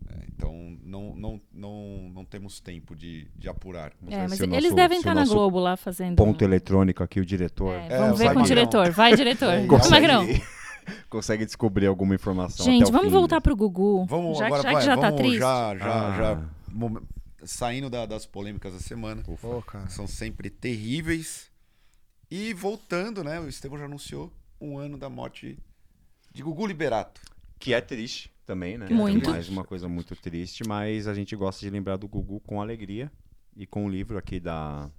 É, então não, não, não, não temos tempo de, de apurar.
Não sei
É, mas
se o
eles
nosso-
devem
se o
estar na
nosso
Globo lá fazendo.
Ponto
um-
eletrônico aqui, o diretor.
É,
É,
vamos ver
vai,
com
Magrão.
o diretor. Vai, diretor.
É,
Vai, Magrão.
consegue descobrir alguma informação.
Gente,
Então, até o
vamos
fim.
voltar pro Gugu.
Vamos
já, tá
agora,
já
vai,
que já
vamos
tá triste.
já, já,
Ah.
já. mom- saindo da- das polêmicas da semana,
Pô, cara.
que são sempre terríveis. E voltando, né? O Estevão já anunciou um ano da morte de Gugu Liberato.
Que é triste também, né?
Muito.
Mais uma coisa muito triste, mas a gente gosta de lembrar do Gugu com alegria e com o livro aqui da,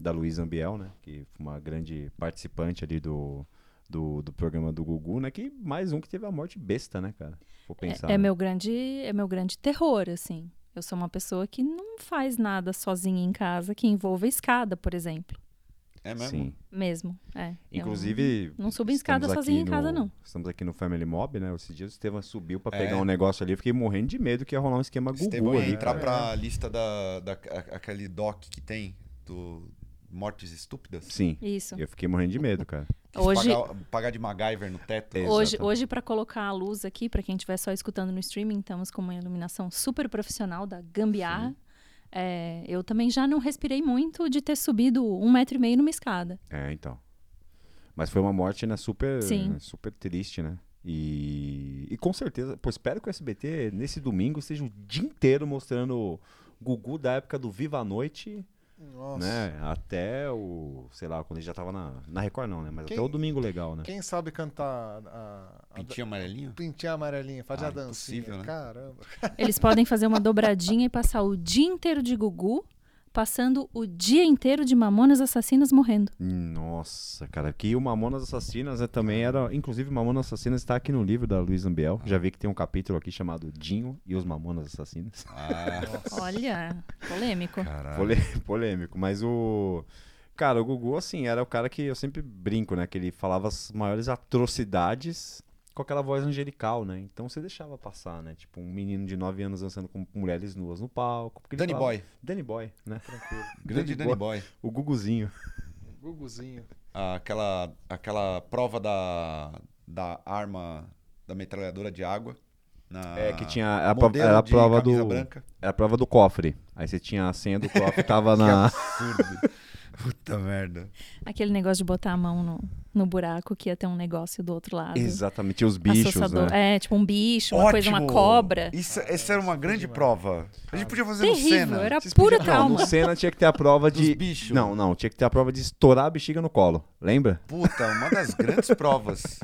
da Luísa Ambiel, né? Que foi uma grande participante ali do, do, do programa do Gugu, né? Que mais um que teve a morte besta, né, cara? Vou pensar.
É, é
né?
meu grande, é meu grande terror, assim. Eu sou uma pessoa que não faz nada sozinha em casa que envolva escada, por exemplo.
É mesmo?
Sim.
Mesmo, é. Eu
Inclusive.
não subo em escada
estamos
sozinha
aqui
em casa,
no-
não.
Estamos aqui no Family Mob, né? Esses dias o Estevam subiu pra
É.
pegar um negócio ali. eu Fiquei morrendo de medo que ia rolar um esquema Gugu
Estevão ia
ali.
entrar
cara.
pra lista da, da a- aquele doc que tem do Mortes Estúpidas.
Sim.
Isso.
Eu fiquei morrendo de medo, cara.
Quis
Hoje-
Pagar, pagar de MacGyver no teto.
É.
Hoje,
Exatamente.
hoje para colocar a luz aqui, para quem estiver só escutando no streaming, estamos com uma iluminação super profissional da Gambiarra. É, eu também já não respirei muito de ter subido um metro e meio numa escada.
É, então. Mas foi uma morte, né, super,
Sim.
super triste, né? E, e com certeza, pô, espero que o SBT nesse domingo esteja o dia inteiro mostrando Gugu da época do Viva a Noite,
Nossa.
né? Até o, sei lá, quando ele já tava na, na Record não, né? Mas
Quem-
até o Domingo Legal, né?
Quem sabe cantar a, a,
Pintinho amarelinho?
pintinha amarelinha, fazer
Ah,
a dancinha.
impossível, né?
Caramba.
Eles podem fazer uma dobradinha e passar o dia inteiro de Gugu, passando o dia inteiro de Mamonas Assassinas morrendo.
Nossa, cara, que o Mamonas Assassinas é, também era, inclusive Mamonas Assassinas está aqui no livro da Luiz Ambiel. Já vi que tem um capítulo aqui chamado Dinho e os Mamonas Assassinas.
Ah,
Olha, polêmico.
caralho.
Pole- polêmico, mas o. Cara, o Gugu, assim, era o cara que eu sempre brinco, né? Que ele falava as maiores atrocidades com aquela voz angelical, né? Então você deixava passar, né? Tipo, um menino de 9 anos dançando com mulheres nuas no palco. porque ele
Danny
falava-
Boy.
Danny Boy, né?
Grande
Danny
Danny Boy.
O Guguzinho.
Guguzinho.
Ah, Aquela, aquela prova da, da arma, da metralhadora de água. na-
É, que tinha a
no
pro-
modelo
era a
de
prova
camisa
do-
branca.
Era a prova do cofre. Aí você tinha a senha do cofre, tava na.
Absurdo. Puta merda.
Aquele negócio de botar a mão no, no buraco que ia ter um negócio do outro lado.
Exatamente, tinha os bichos,
Assustador.
né?
É, tipo um bicho, uma coisa, uma
Ótimo!
cobra.
Isso, essa era uma grande prova. A gente podia fazer no
Terrível,
Senna.
era
Vocês
puro
podiam-
Não,
trauma.
no Senna tinha que ter a prova
Dos
de.
bichos.
Não, não, tinha que ter a prova de estourar a bexiga no colo. Lembra?
Puta, uma das grandes provas.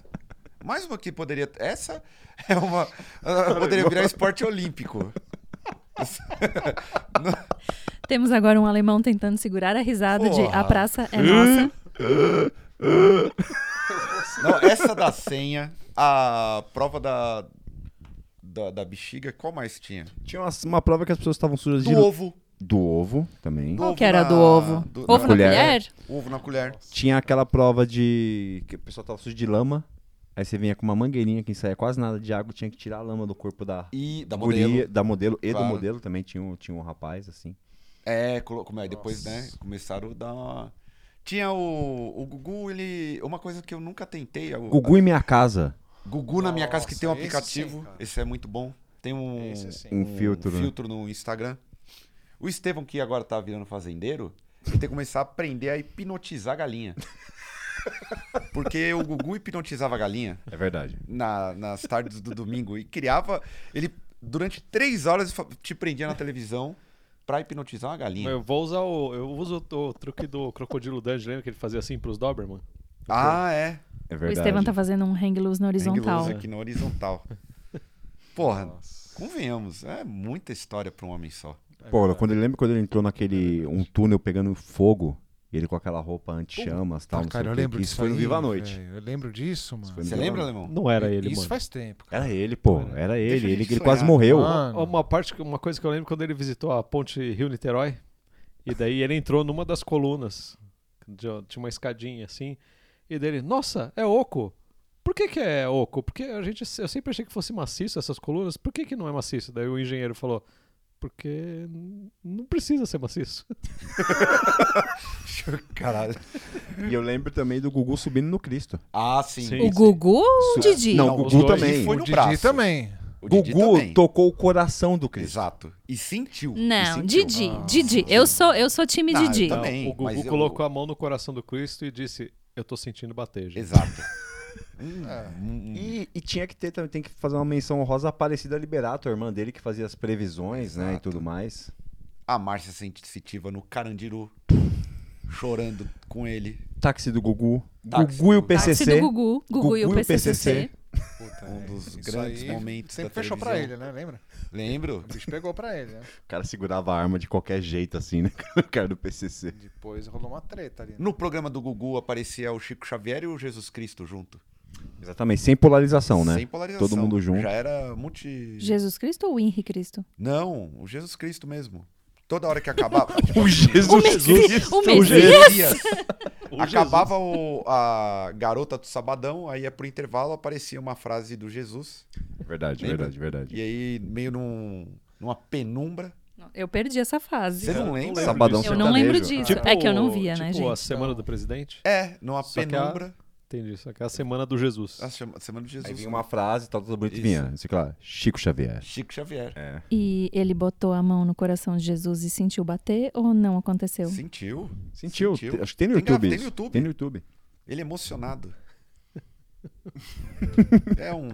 Mais uma que poderia. Essa é uma. ela poderia virar esporte olímpico.
Temos agora um alemão tentando segurar a risada de
Porra.
a praça é nossa.
Não, essa da senha, a prova da. Da, da bexiga, qual mais tinha?
Tinha uma, uma prova que as pessoas estavam sujas
Do
de.
ovo.
Do ovo também.
Do
Qual
ovo
que era
na-
do ovo?
do-
ovo na
na colher.
colher?
Ovo na colher.
Tinha aquela prova de. que o pessoal tava sujo de lama. Aí você vinha com uma mangueirinha que não saía quase nada de água, tinha que tirar a lama do corpo da.
E da
guria-
modelo.
da modelo e
Claro.
do modelo também tinha um, tinha um rapaz, assim.
É, colo- como é, depois, né, começaram a dar uma... Tinha o, o Gugu, ele... Uma coisa que eu nunca tentei... é o-
Gugu em minha casa.
Gugu na minha casa, que tem um
Nossa, esse
aplicativo.
sim,
Esse,
cara.
é muito bom. Tem um,
Esse é sim.
Um filtro, né?
filtro no Instagram. O Estevão, que agora tá virando fazendeiro, ele tem que começar a aprender a hipnotizar a galinha. Porque o Gugu hipnotizava a galinha
É verdade.
na- nas tardes do domingo e criava... Ele, durante três horas, fa- te prendia na televisão pra hipnotizar uma galinha.
Mas eu vou usar o. Eu uso o, o truque do crocodilo Dandy, lembra que ele fazia assim pros Doberman?
Ah, é.
É
O
verdade.
Estevam tá fazendo um hang loose na horizontal.
Hang loose aqui na horizontal. Porra, convenhamos, é muita história pra um homem só.
Pô, quando ele lembra quando ele entrou
É
naquele. um túnel pegando fogo. e Ele com aquela roupa anti-chamas
Ah,
e tal. não sei
Tá, cara,
o
eu
quê,
lembro
que
disso.
Então, Isso foi no
aí,
Viva a Noite.
velho. Eu lembro disso, mano.
foi no
Você
Viva
lembra,
a Noite.
Alemão?
Não era ele,
Isso
mano.
faz tempo, cara.
Era ele, pô.
Deixa
Era
a
ele. Ele,
gente
ele quase
sonhar. Ah.
morreu.
Mano.
Uma parte, que- uma coisa que eu lembro quando ele visitou a ponte Rio-Niterói, e daí ele entrou numa das colunas, de- tinha uma escadinha assim, e dele, nossa, é oco. Por que que é oco? Porque a gente, eu sempre achei que fosse maciço essas colunas, por que que não é maciço? Daí o engenheiro falou, porque n- não precisa ser maciço.
Caralho.
E eu lembro também do Gugu subindo no Cristo.
Ah, sim.
Sim.
O Gugu ou o
Su-
Didi?
é- Não,
Não,
o
os
Gugu
dois.
também.
Foi
O
no
Didi
braço.
também.
O Didi
Gugu
também.
tocou o coração do Cristo.
Exato. E sentiu.
Não,
E sentiu. Ah, Tá,
Didi, Didi. Eu sou, eu sou time
Não, eu
Didi.
também. Bem,
o
mas
Gugu
eu-
colocou a mão no coração do Cristo e disse, eu tô sentindo bater, gente.
Exato. Hum,
É.
hum, hum.
E, e tinha que ter também, tem que fazer uma menção honrosa à Aparecida Liberato, a irmã dele que fazia as previsões, né, e tudo mais.
a Márcia Sensitiva no Carandiru, chorando com ele.
Táxi do Gugu.
Táxi
Gugu e o
do-
Táxi
PCC.
Tá, do Gugu, Gugu e o PCC.
Puta,
Um
é,
dos
isso
grandes
aí
momentos
Sempre
da
fechou pra
televisão.
ele, né? Lembra?
Lembro?
O bicho pegou pra ele, né?
O cara segurava a arma de qualquer jeito, assim, né? O cara do PCC.
Depois rolou uma treta ali. né?
No programa do Gugu aparecia o Chico Xavier e o Jesus Cristo junto.
Exatamente, sem polarização, né?
Sem polarização.
Todo mundo junto.
Já era multi.
Jesus Cristo ou Henri Cristo?
Não, o Jesus Cristo mesmo. Toda hora que acabava.
O Jesus
O Messias- o
o
Messias.
Jesus.
Dias. Acabava o- a garota do sabadão, aí ia pro intervalo, aparecia uma frase do Jesus.
Verdade,
Lembra?
verdade, verdade.
E aí, meio num, numa penumbra.
Eu perdi essa fase.
Você não é um lembra?
Sabadão
Eu não lembro
sertanejo.
disso. é que eu não via,
tipo
né,
a
gente?
Semana do Presidente.
É, numa
Só que a-
penumbra.
Entendi isso. Aqui é a Semana do Jesus.
A... chama- Semana de Jesus.
Aí vinha
né?
uma frase, tal, tudo bonito,
Isso.
vinha. Isso, claro. Chico Xavier.
Chico Xavier.
E ele botou a mão no coração de Jesus e sentiu bater ou não aconteceu?
Sentiu.
Sentiu?
Sentiu.
Te- Acho que tem no
Tem
YouTube.
gra- tem
isso.
no YouTube.
Tem no YouTube.
Ele emocionado. é um.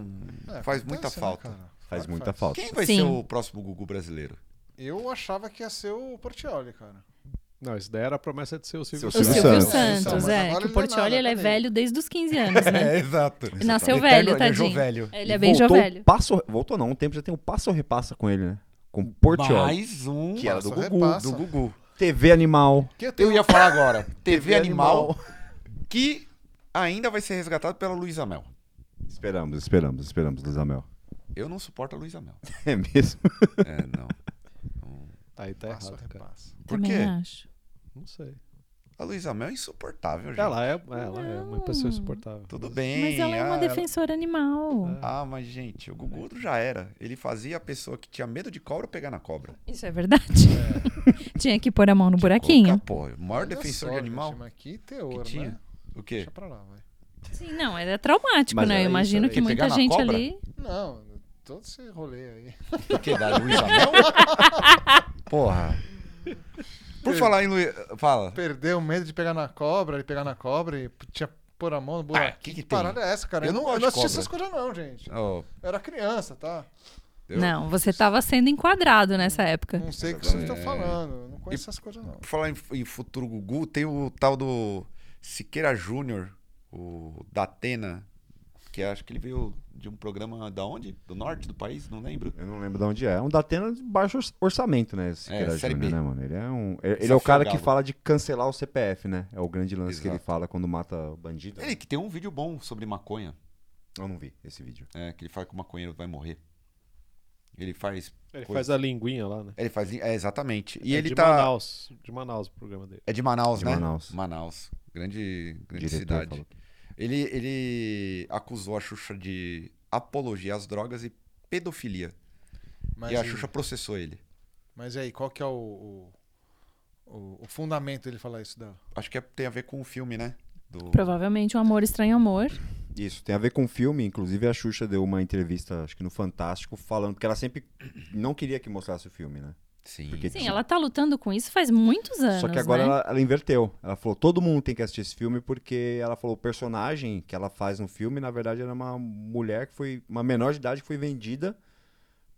É,
faz
acontece,
muita
né,
falta.
cara?
Faz
Claro que
muita falta.
Quem vai
Sim.
ser o próximo Gugu brasileiro?
Eu achava que ia ser o Portioli, cara.
Não, isso daí era a promessa de ser o Silvio
Seu
O
Santos.
Silvio
Silvio
Santos.
Santos,
Mas
é.
agora
Que
ele
o
não é
Portioli
nada
ele é
também.
velho desde os 15 anos, né?
exato.
Nasceu
Ele tá-
velho,
É, ele é jo-
tadinho.
velho.
Ele é bem
voltou,
jovelho.
Passo, voltou não, um tempo já tem o passo ou repassa com ele, né? Com Portioli.
Mais um
Que era do
Passa,
Gugu.
repassa.
do Gugu. um
TV Animal.
Que tem
Eu ia falar agora. TV Animal, que ainda vai ser resgatado pela Luísa Mel.
Esperamos, esperamos, esperamos, Luzamel.
Eu não suporto a Luísa Mel.
É mesmo?
É, não.
Aí tá
Passo,
errado, cara.
repasso.
Por
Também
quê?
acho.
Não sei.
A Luísa Mel é insuportável,
Tá
gente.
Ela é, ela é uma pessoa insuportável.
Tudo bem.
Mas ela é
ah,
uma defensora animal.
Ah, mas gente, o
É.
Gugu já era. Ele fazia a pessoa que tinha medo de cobra pegar na cobra.
Isso é verdade. Tinha que pôr a mão no buraquinho.
Colocar, pô, o maior
Olha
defensor
só,
de animal
gente, mas que
que
teor,
tinha.
né?
O quê?
Deixa pra lá, vai.
Sim, não, é traumático,
Mas era
né? Eu
isso, é
imagino
era
que
isso.
muita
Pegar na
gente
cobra?
ali.
Não, todo esse rolê aí.
O quê? Da Luísa Mel? Porra. Por falar em Luísa... Fala.
Perdeu o medo de pegar na cobra, ele pegar na cobra e tinha que pôr a mão no buraco.
Ah, que que tem?
parada é essa, cara?
Eu
Eu,
não
não,
gosto
eu
de
não assisti
cobra.
essas coisas não, gente.
Ó,
Eu era criança, tá?
Eu-
Não, você estava sendo enquadrado nessa época.
Hum.
Não sei o que vocês estão
É.
falando. eu Não conheço essas coisas não.
Por falar em, em futuro Gugu, tem o tal do Siqueira Júnior, o da Atena, que acho que ele veio de um programa da onde? Do norte do país? Não lembro.
Eu não lembro de onde é. É um Datena de baixo orç- orçamento, né? Esse
É,
Queiroz
Série
Júnior,
B.
né, mano? Ele é, um, ele- ele é
Desafio
o cara
Galo.
que fala de cancelar o CPF, né? É o grande lance que ele
Exato.
fala quando mata o bandido. né?
Ele que tem um vídeo bom sobre maconha,
Eu não vi esse vídeo.
é, que ele fala que o maconheiro vai morrer. Ele faz...
Ele
coisa-
faz a linguinha lá, né?
Ele faz... É, exatamente. E
É
ele
de
tá...
Manaus. De Manaus o programa dele.
É de Manaus,
De
né?
Manaus.
Manaus. Grande,
O
grande
diretor
cidade.
falou.
Ele, ele acusou a Xuxa de apologia às drogas e pedofilia.
Mas,
e a
e-
Xuxa processou ele.
mas e aí, qual que é o, o, o- o fundamento dele falar isso dela?
Acho que é- tem a ver com o filme, né? Do...
Provavelmente um amor estranho amor.
Isso, tem a ver com o filme. Inclusive, a Xuxa deu uma entrevista, acho que no Fantástico, falando que ela sempre não queria que mostrasse o filme, né?
Sim.
Porque
Sim,
tinha-
ela tá lutando com isso faz muitos anos.
Só que agora
né?
ela, ela inverteu. Ela falou, todo mundo tem que assistir esse filme porque ela falou, o personagem que ela faz no filme, na verdade, era uma mulher que foi, uma menor de idade que foi vendida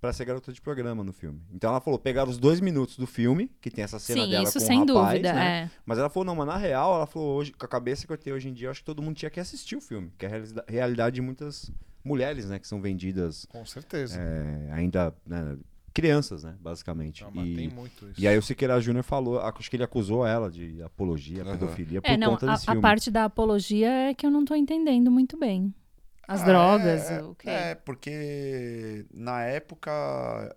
pra ser garota de programa no filme. Então ela falou, pegaram os dois minutos do filme, que tem essa cena
Sim,
dela
isso
com o
sem
rapaz,
dúvida.
né?
É.
Mas ela falou, não, mas na real, ela falou, hoje, com a cabeça que eu tenho hoje em dia, eu acho que todo mundo tinha que assistir o filme, que é a realisa- realidade de muitas mulheres, né, que são vendidas
Com certeza.
é, ainda, né, crianças, né, basicamente.
Ah, mas
e...
tem muito isso.
E aí o Siqueira Júnior falou, acho que ele acusou ela de apologia,
Aham.
pedofilia, por
É, não,
conta
a,
desse
a
filme.
parte da apologia é que eu não tô entendendo muito bem. As
Ah,
drogas,
é,
o quê?
É, porque na época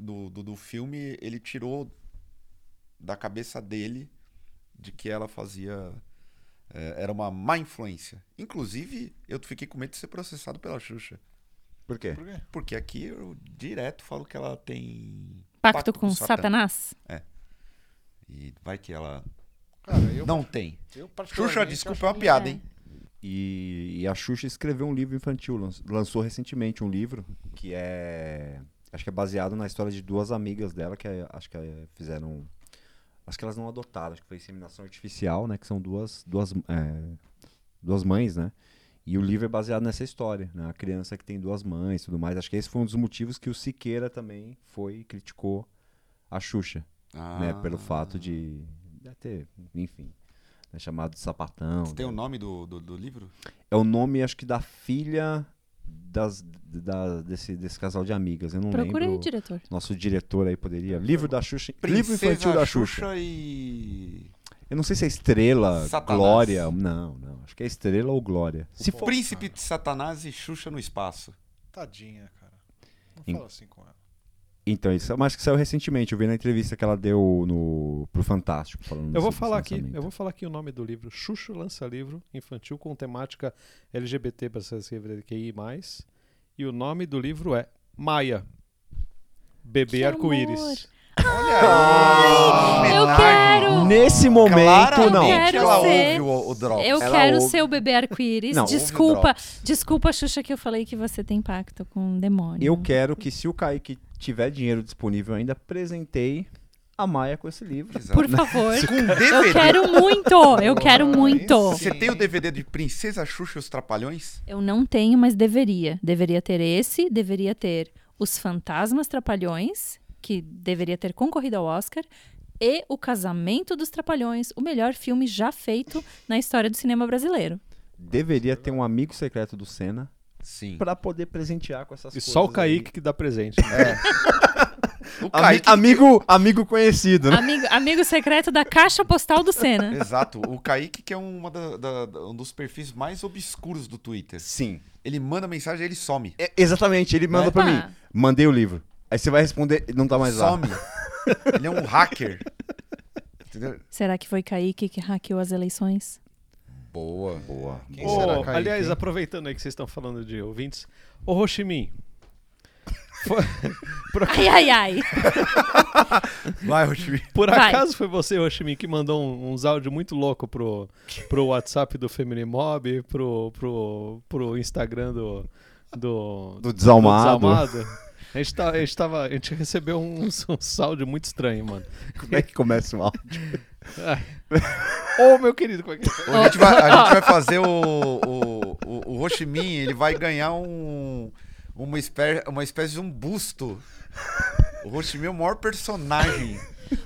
do, do, do filme, ele tirou da cabeça dele de que ela fazia. é, era uma má influência. Inclusive, eu fiquei com medo de ser processado pela Xuxa.
Por quê?
Por quê?
Porque aqui eu direto falo que ela tem.
Pacto,
Pacto
com,
com
Satanás?
E vai que ela.
Cara, eu,
Não tem.
eu
Xuxa,
particularmente
desculpa,
acho
é uma piada,
É.
hein?
E, e a Xuxa escreveu um livro infantil, lan- lançou recentemente um livro que é. Acho que é baseado na história de duas amigas dela que é- acho que é, fizeram. Acho que elas não adotaram, acho que foi inseminação artificial, né? Que são duas, duas, é, duas mães, né? E o livro é baseado nessa história, né? A criança que tem duas mães e tudo mais. Acho que esse foi um dos motivos que o Siqueira também foi e criticou a Xuxa.
é.
Ah,
né? Pelo fato de, de ter, enfim, né, chamado de sapatão.
Você tem um o
né.
nome do, do, do livro?
É o nome, acho que, da filha das, da, desse, desse casal de amigas. Eu não
Procura aí,
lembro.
diretor.
Nosso diretor aí poderia. Livro da Xuxa. livro infantil da Xuxa.
e.
Eu não sei se é Estrela,
Satanás.
Glória. Não, não. Acho que é Estrela ou Glória. Se
o
for.
Príncipe de Satanás e Xuxa no Espaço.
Tadinha, cara. Não
Em-
fala assim com ela.
Então, isso é mais que saiu recentemente. Eu vi na entrevista que ela deu no, pro Fantástico. Falando
Eu vou
sobre
falar
esse
aqui, eu
lançamento.
vou falar aqui o nome do livro. Xuxo lança livro infantil com temática LGBT para LGBTQI+. E o nome do livro é Maia. Bebê
Que
arco-íris.
Olha
eu quero!
Nesse momento,
Claramente
não.
quero
Ah, ela
ser-
ouve o, o drop.
Eu
Ela
quero
ouve-
ser o bebê arco-íris.
Não, ouve o
Desculpa.
Drops.
Desculpa, Xuxa, que eu falei que você tem pacto com o demônio.
Eu quero que, se o Kaique tiver dinheiro disponível ainda, apresentei a Maia com esse livro.
Exato.
Por favor.
Com
Eu
DVD.
quero muito! Eu quero muito!
Você tem o DVD de Princesa Xuxa e os Trapalhões?
Eu não tenho, mas deveria. Deveria ter esse, deveria ter Os Fantasmas Trapalhões, que deveria ter concorrido ao Oscar, e O Casamento dos Trapalhões, o melhor filme já feito na história do cinema brasileiro.
Deveria ter um amigo secreto do Senna
Sim.
pra poder presentear com
E
essas coisas.
só o
aí.
Kaique que dá presente. né?
É. O
Ami-
Kaique...
amigo, amigo conhecido, né?
Amigo, amigo secreto da Caixa Postal do Senna.
Exato. O Kaique, que é uma da- da- da- um dos perfis mais obscuros do Twitter.
Sim.
Ele manda mensagem e ele some.
É, exatamente, ele manda
Né?
pra
Ah.
mim. Mandei o livro. Aí você vai responder, não tá mais lá.
some. ele é um hacker. Entendeu?
Será que foi Kaique que hackeou as eleições?
Boa. Boa.
Quem será,
Ô,
Kaique,
aliás,
hein?
aproveitando aí que vocês estão falando de ouvintes, ô Roximin. foi- por,
Ai, ai, ai!
Vai, Rochimi.
por
Vai.
acaso foi você, Roximin, que mandou um- uns áudios muito louco pro, pro WhatsApp do Family Mob, pro, pro, pro Instagram do, do,
Do desalmado.
Desalmado? A gente, tá, a, gente tava, a gente recebeu uns, uns áudios muito estranhos, mano.
Como é que começa o áudio?
Ô, meu querido, como é que
A gente vai, a gente vai fazer o. O, o, o Roximin, ele vai ganhar um. Uma, espé uma espécie de um busto. O Roximin é o maior personagem.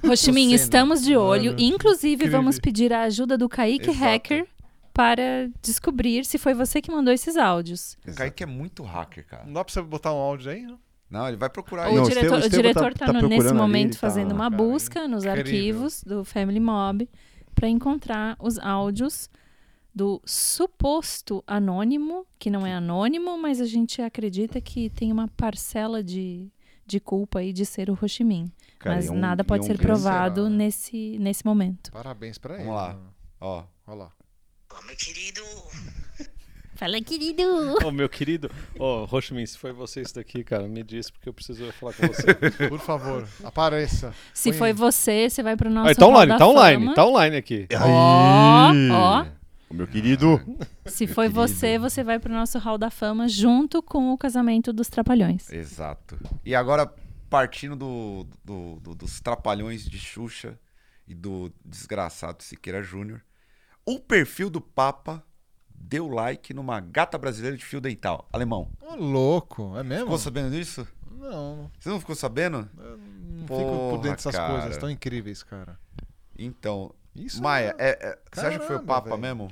Roximin,
né?
Senna.
estamos de olho.
Mano,
Inclusive,
incrível.
vamos pedir a ajuda do Kaique
Exato.
Hacker para descobrir se foi você que mandou esses áudios.
O Kaique é muito hacker, cara.
Não dá pra você botar um áudio aí? Não?
Não, ele vai procurar
O
Ah, Não,
isso.
o
diretor,
Estevão-
o
Estevão
diretor
tá-
tá,
tá
no-
procurando
nesse
ali,
momento
ele tá-
fazendo uma
cara,
busca nos
incrível.
arquivos do Family Mob para encontrar os áudios do suposto anônimo, que não é anônimo, mas a gente acredita que tem uma parcela de, de culpa aí de ser o Roximin. Mas
e um-
nada
e
pode
um
ser
grande-
provado
será, né?
nesse, nesse momento.
Parabéns pra
Vamos
ele.
lá.
mano.
Ó.
Olha lá.
Come, querido.
Fala, querido!
Ô, meu querido, ô, Roximin, se foi você isso daqui, cara, me diz, porque eu preciso falar com você.
Por favor, apareça.
Se
Põe
foi
aí.
você, você vai pro nosso
Ah, tá
Hall
online,
da
tá online,
Fama.
tá online aqui.
Ó, ó.
O meu querido.
Se foi você, você vai pro nosso Hall da Fama junto com o casamento dos Trapalhões.
Exato. E agora, partindo do, do- do- dos trapalhões de Xuxa e do desgraçado Siqueira Júnior, o perfil do Papa deu like numa gata brasileira de fio dental. Alemão.
Ô, louco, é mesmo?
Ficou sabendo disso?
Não,
Você não ficou sabendo?
não fico
Porra,
por dentro dessas
cara.
coisas tão incríveis, cara.
Então.
Isso
Maia,
é...
é- é- você acha que foi o
Caramba,
Papa
velho.
mesmo?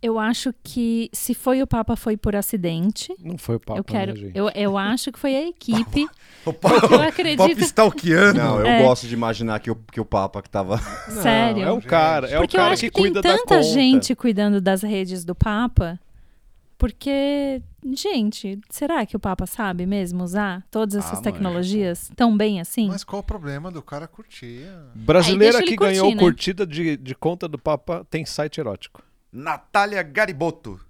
Eu acho que se foi o Papa, foi por acidente.
Não foi o papo,
eu quero.
né, gente?
eu, eu acho que foi a equipe.
O
porque eu
Papa, o Papa
acredito.
stalkeando.
Não, eu
É.
gosto de imaginar que o, que o Papa que tava.
sério.
É o cara, é o
porque eu
cara
acho
que
que, tem
cuida da
tanta
conta.
gente cuidando das redes do Papa. Porque, gente, será que o Papa sabe mesmo usar todas
Ah,
essas
manja, pô.
tecnologias tão bem assim?
Mas qual o problema do cara curtir?
Brasileira
Aí deixa
que
ele curtir,
ganhou
né?
curtida de, de conta do Papa tem site erótico.
Natália Gariboto.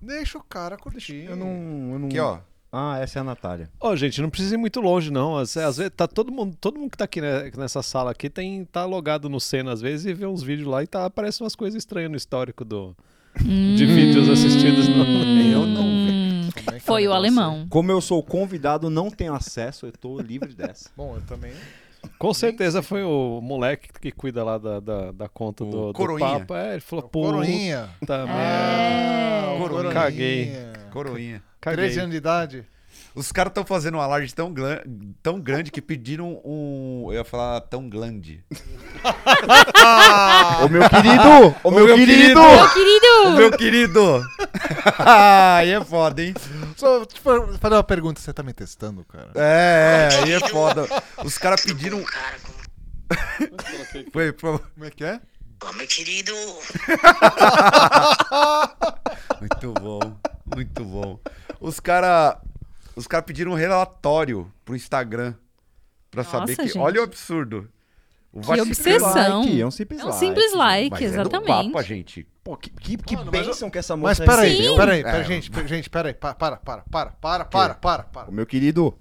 Deixa o cara curtir.
Eu não. Eu não...
Aqui, ó.
Ah, essa é a Natália.
Ó, gente, não precisa ir muito longe, não. Às, às vezes tá todo mundo, todo mundo que tá aqui né, nessa sala aqui tem, tá logado no Senna às vezes e vê uns vídeos lá e tá, aparecem umas coisas estranhas no histórico do, de vídeos assistidos. No...
Eu não vi.
Como é que
Hum. Foi
é
o
negócio?
alemão.
Como eu sou convidado, não tenho acesso, eu tô livre dessa.
Bom, eu também.
Com certeza foi o moleque que cuida lá da, da, da conta
O
do, do
Coroinha.
Papa. É, ele falou, pô,
Coroinha. Ah,
Puta merda.
É.
Coroinha.
Caguei.
Coroinha.
Caguei.
13 anos de idade.
Os caras estão fazendo um alarde tão, glan- tão grande que pediram um. Eu ia falar tão glande.
Ô meu querido! Ô meu querido!
Meu querido!
Meu querido! aí é foda, hein?
Só te fa- fazer uma pergunta, você tá me testando, cara?
É, é, aí é foda. Os caras pediram.
Cara, como...
Foi, foi-
Como é que é?
Ô, meu querido,
Muito bom, muito bom. Os caras os cara pediram um relatório pro Instagram pra
Nossa,
saber que.
gente.
Olha o absurdo. O
Que
vacilo-
obsessão.
Like, é um simples
É
like.
um simples like,
Mas
exatamente.
É do Papa, gente.
Pô, que, que, que
Mano, mas eu-
bênção que essa
Mas
moça
peraí,
recebeu.
peraí, peraí,
É.
gente, peraí, gente, peraí, pa- para, para, para, para, para, para, para.
Ô meu querido!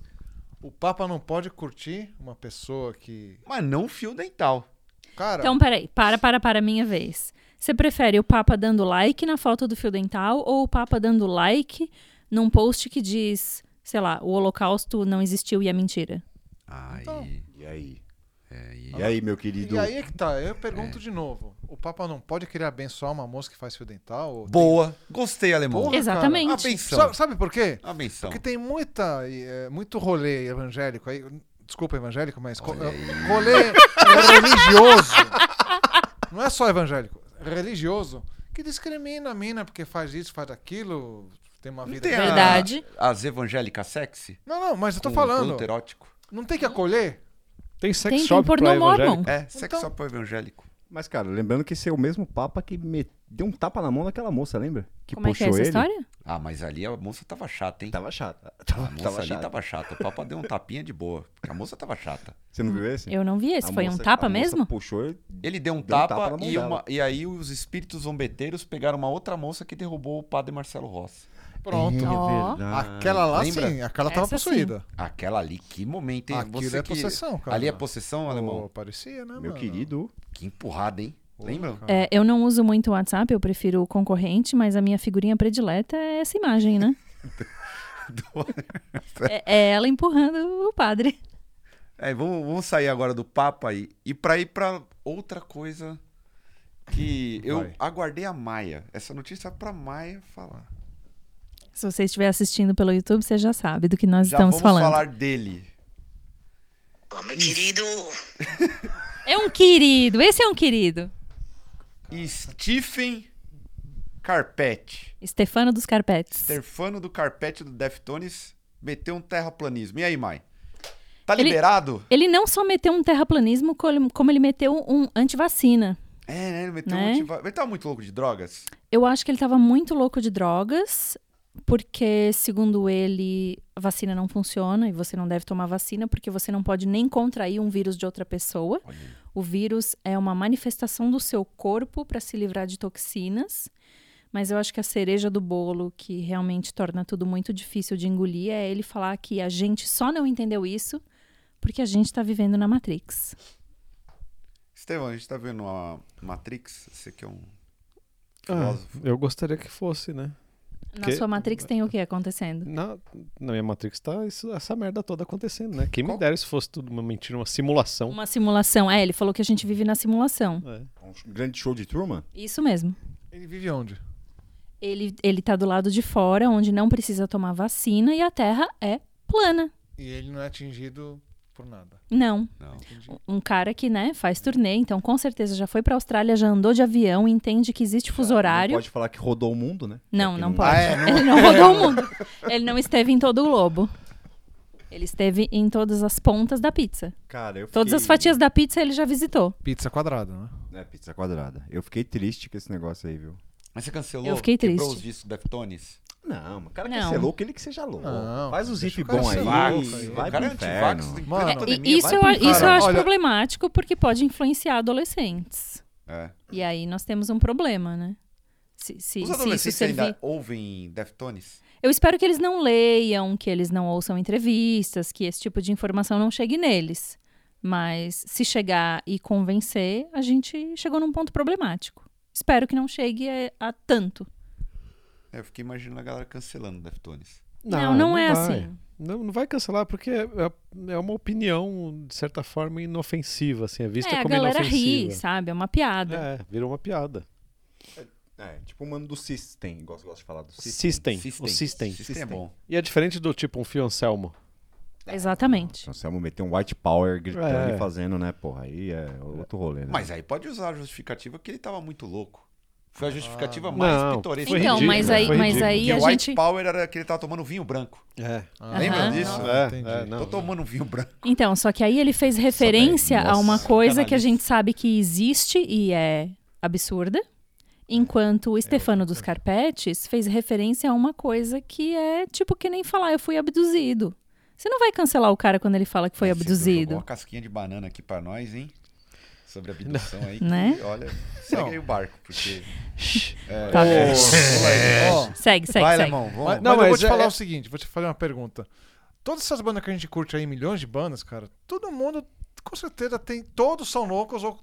O Papa não pode curtir uma pessoa que.
Mas não fio dental.
Cara,
Então, peraí, para, para, para, minha vez. Você prefere o Papa dando like na foto do fio dental ou o Papa dando like num post que diz, sei lá, o holocausto não existiu e é mentira?
Ai.
Então,
E aí?
aí?
E aí, meu querido?
e aí é que tá, eu pergunto de novo. O Papa não pode querer abençoar uma moça que faz fio dental? Ou
Boa. Gostei, alemão.
Porra,
Exatamente.
A benção.
Sabe, sabe por quê?
A benção.
Porque tem muita, eh, muito rolê evangélico aí. Desculpa, evangélico, mas co- é,
Olha aí.
rolê religioso. Não é só evangélico, religioso. Que discrimina a mina porque faz isso, faz aquilo, tem uma vida.
tem a-
Verdade.
As evangélicas sexy?
Não, não, mas eu tô
Com
falando.
produto erótico.
Não tem que acolher?
Tem sex
Tem, tem
shop
pornô
pra evangélico?
mormon.
É, sexo
Então-
só pro evangélico.
Mas, cara, lembrando que esse é o mesmo Papa que me deu um tapa na mão daquela moça, lembra? Que
Como é que é
puxou
essa
ele.
história?
Ah, mas ali a moça tava chata, hein?
Tava chata.
A
Tava,
moça
tava
ali
chata.
tava chata. O Papa deu um tapinha de boa. Porque a moça tava chata.
Você não viu esse?
Eu não vi esse.
A
Foi um
moça- é
tapa
a moça
mesmo?
Puxou ele.
Ele deu um
Deu um
tapa,
tapa na mão
e,
dela.
uma- e aí os espíritos zombeteiros pegaram uma outra moça que derrubou o padre Marcelo Rossi.
Pronto.
É Ó.
Aquela lá
Lembra?
sim, aquela tava
Essa sim.
possuída.
Aquela ali, que momento, hein?
Aquilo
Você
é
que-
possessão, cara.
Ali é possessão, alemão?
Pô, parecia, né,
Meu
mano?
querido.
Que empurrada, hein?
Pô,
Lembra?
cara.
É, eu não uso muito o WhatsApp, eu prefiro o concorrente, mas a minha figurinha predileta é essa imagem, né? é, é ela empurrando o padre.
É, vamos, vamos sair agora do Papa aí. E pra ir pra outra coisa que eu
Vai.
aguardei a Maia. Essa notícia é pra Maia falar.
Se você estiver assistindo pelo YouTube, você já sabe do que nós
Já
estamos
vamos
falando.
falar dele.
ô, meu querido,
É um querido, esse é um querido.
Stephen Carpete.
Stefano dos Carpetes.
Stefano do Carpete do Deftones meteu um terraplanismo. E aí, Mai? Tá
Ele-
liberado?
Ele não só meteu um terraplanismo, col- como ele meteu um antivacina.
É, né? Ele meteu
Né?
um antiva- Ele tava muito louco de drogas?
Eu acho que ele estava muito louco de drogas, porque, segundo ele, a vacina não funciona e você não deve tomar vacina, porque você não pode nem contrair um vírus de outra pessoa. O vírus é uma manifestação do seu corpo para se livrar de toxinas. Mas eu acho que a cereja do bolo que realmente torna tudo muito difícil de engolir é ele falar que a gente só não entendeu isso porque a gente está vivendo na Matrix.
Estevão, a gente tá vendo a Matrix? Você que é um
Ah,
filósofo.
eu gostaria que fosse, né?
Na
Que-
sua Matrix tem o que acontecendo?
Na, na minha Matrix tá isso- essa merda toda acontecendo, né? Quem
Qual-
me dera se fosse tudo uma mentira, uma simulação.
Uma simulação. É, ele falou que a gente vive na simulação.
É.
Um grande show de Truman?
Isso mesmo.
Ele vive onde?
Ele, ele tá do lado de fora, onde não precisa tomar vacina e a Terra é plana.
E ele não é atingido por nada.
Não.
Não.
Um cara que, né, faz turnê, então com certeza já foi pra Austrália, já andou de avião, entende que existe fuso
Não
horário.
pode falar que rodou o mundo, né?
Não,
Porque
não pode.
é,
Ele não rodou o mundo. Ele não esteve em todo o globo. Ele esteve em todas as pontas da pizza.
Cara, eu
Todas
fiquei-
as fatias da pizza ele já visitou.
Pizza quadrada, né?
É, pizza quadrada. Eu fiquei triste com esse negócio aí, viu?
Mas você cancelou?
Eu fiquei
Quebrou
triste.
os discos do Deftones?
Não, mas o cara
Não.
quer ser louco, ele que seja louco.
Não,
Faz o
cara,
zip
deixa o
bom
cara
aí.
ser
Vax,
louco aí.
o
Vai pro
cara é antivax,
inferno.
em
Mano.
plena
É,
E
pandemia,
isso
vai
eu,
pro
a- isso eu
inferno.
acho
Olha-
problemático porque pode influenciar adolescentes.
É.
E aí nós temos um problema, né? Se, se,
Os
se isso
adolescentes
servir...
ainda ouvem Deftones?
Eu espero que eles não leiam, que eles não ouçam entrevistas, que esse tipo de informação não chegue neles. Mas se chegar e convencer, a gente chegou num ponto problemático. Espero que não chegue é, a, tanto.
É, eu fiquei imaginando a galera cancelando Deftones.
Não, não, é
vai.
assim.
Não, não vai cancelar porque é, é- é uma opinião, de certa forma, inofensiva, assim, é vista
É, a
como
galera ri,
inofensiva.
sabe? É uma piada.
É, virou uma piada.
É, tipo o mano do System, gosto, gosto de falar do
System.
System.
O System.
System é bom.
E é diferente do tipo um Fio Anselmo.
Exatamente.
Se o Anselmo meter um white power gritando
É.
e fazendo, né, porra, aí é outro rolê, né?
Mas aí pode usar a justificativa que ele tava muito louco. Foi a justificativa mais
Ah, Não,
pitoresca.
foi
Então,
ridículo,
mas aí,
foi
mas
ridículo.
aí
Porque
a
White
gente.
Power era que ele tava tomando vinho branco.
É.
Lembra
Aham.
disso?
é,
Ah, entendi.
é, não.
Tô tomando um vinho branco.
Então, só que aí ele fez referência a uma
nossa,
coisa que a
canalice.
gente sabe que existe e é absurda, enquanto
É,
o Stefano dos Carpetes fez referência a uma coisa que é tipo que nem falar, eu fui abduzido. Você não vai cancelar o cara quando ele fala que foi
Você jogou
abduzido.
uma casquinha de banana aqui pra nós, hein? Sobre a abdução aí. que,
Né?
Olha, segue aí o barco, porque...
Tá bom.
Ó,
Segue, segue,
É. Vai,
segue.
Lemão, vamos.
mas,
Não,
mas eu vou
É. mas
te
é-
falar
é-
o seguinte, vou te fazer uma pergunta. Todas essas bandas que a gente curte aí, milhões de bandas, cara, todo mundo com certeza tem, todos são loucos ou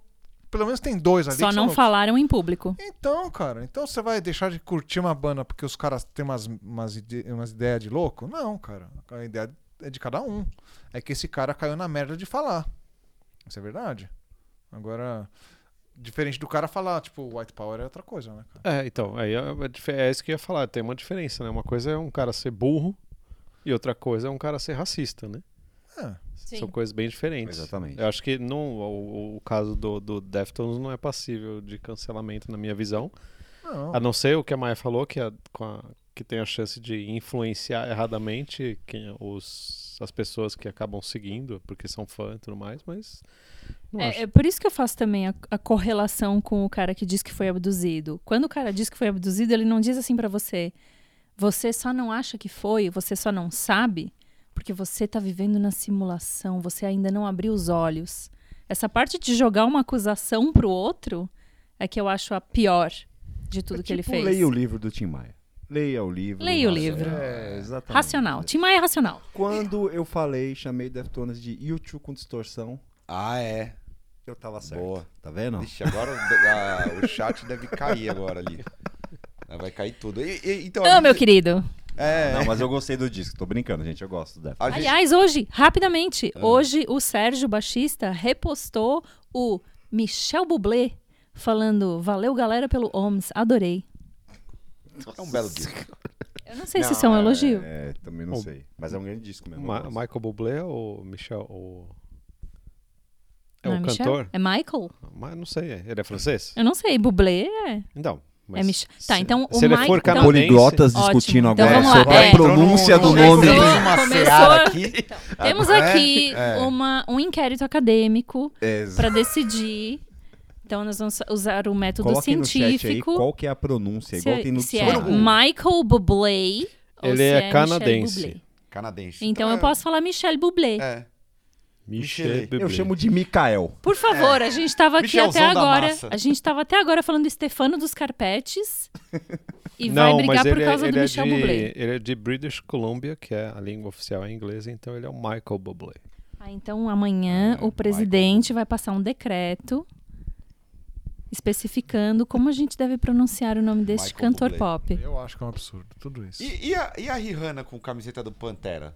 pelo menos tem dois ali.
Só
que são
não
loucos.
falaram em público.
Então, cara, então você vai deixar de curtir uma banda porque os caras têm umas, umas, ide- umas ideias de louco? Não, cara. A ideia é de cada um. É que esse cara caiu na merda de falar. Isso é verdade. Agora, diferente do cara falar, tipo, White Power é outra coisa, né, cara?
É, então, aí é, é dif- é isso que eu ia falar, tem uma diferença, né? Uma coisa é um cara ser burro e outra coisa é um cara ser racista, né?
É.
Sim.
São coisas bem diferentes.
Exatamente.
Eu acho que não, o, o caso do, do Deftones não é passível de cancelamento, na minha visão.
Não.
A não ser o que a Maia falou, que, a- com a- que tem a chance de influenciar erradamente quem- os, as pessoas que acabam seguindo, porque são fã e tudo mais, mas. Não acho.
É, é por isso que eu faço também a, a correlação com o cara que diz que foi abduzido. Quando o cara diz que foi abduzido, ele não diz assim pra você: você só não acha que foi, você só não sabe, porque você tá vivendo na simulação, você ainda não abriu os olhos. Essa parte de jogar uma acusação pro outro é que eu acho a pior de tudo
É
que ele
tipo,
fez.
Leia o livro do Tim Maia. Leia o livro.
Leia o
racional.
livro.
É, exatamente.
Racional. Tim Maia é racional.
Quando eu falei, chamei Deftones de YouTube com distorção,
Ah, é.
eu tava certo.
Boa.
Tá vendo?
Ixi, agora o- a- o chat deve cair agora ali. Vai cair tudo. E- e- então, a
Ah, meu
gente-
querido.
É,
Não, mas eu gostei do disco. Tô brincando, gente. Eu gosto do Deftones.
a gente-
Aliás, hoje, rapidamente, hoje o Sérgio Baixista repostou o Michel Bublé falando valeu galera pelo OMS, adorei.
é um belo dia.
Eu não sei se isso é um elogio.
É, também não
Bom,
sei. Mas é um grande disco mesmo. eu
Ma-
gosto.
Michael Bublé ou Michel? Ou... É
não
o cantor?
É Michael?
Mas não sei, é. ele é francês?
Eu não sei, Bublé é.
Então. mas
é Michel. Tá, então o
se ele
Michael.
for
então,
canadense-
Poliglotas
Ótimo.
discutindo
Então
agora
vamos lá.
sobre a
É.
pronúncia do
Entrou
nome.
no-
Tem uma
Começou-
seara aqui.
Temos
É,
aqui
é.
uma, um inquérito acadêmico
Ex-
para decidir. Então nós vamos usar o método
Coloquem no chat aí
científico.
qual que é a pronúncia, igual tem no
se, se é
dicionário.
Michael Bublé ou
Ele
se
é
é,
canadense.
Michel Bublé.
Canadense.
Então eu posso falar Michel Bublé.
É. Michel
Michel Bublé.
Eu chamo de Mikael.
Por favor, a gente tava aqui
É. Michelzão
até
da
agora.
massa.
A gente tava até agora falando do Stefano dos Carpetes e
não,
vai
mas
brigar por
ele, é-
causa
ele
do Michel
é de,
Bublé.
Ele é de British Columbia, que é a língua oficial é inglesa, então ele é o Michael Bublé.
Ah, então amanhã
É,
o presidente vai passar um decreto especificando como a gente deve pronunciar o nome deste
Michael
cantor
Bublé.
pop.
Eu acho que é um absurdo tudo isso.
E, e a, e a Rihanna com camiseta do Pantera?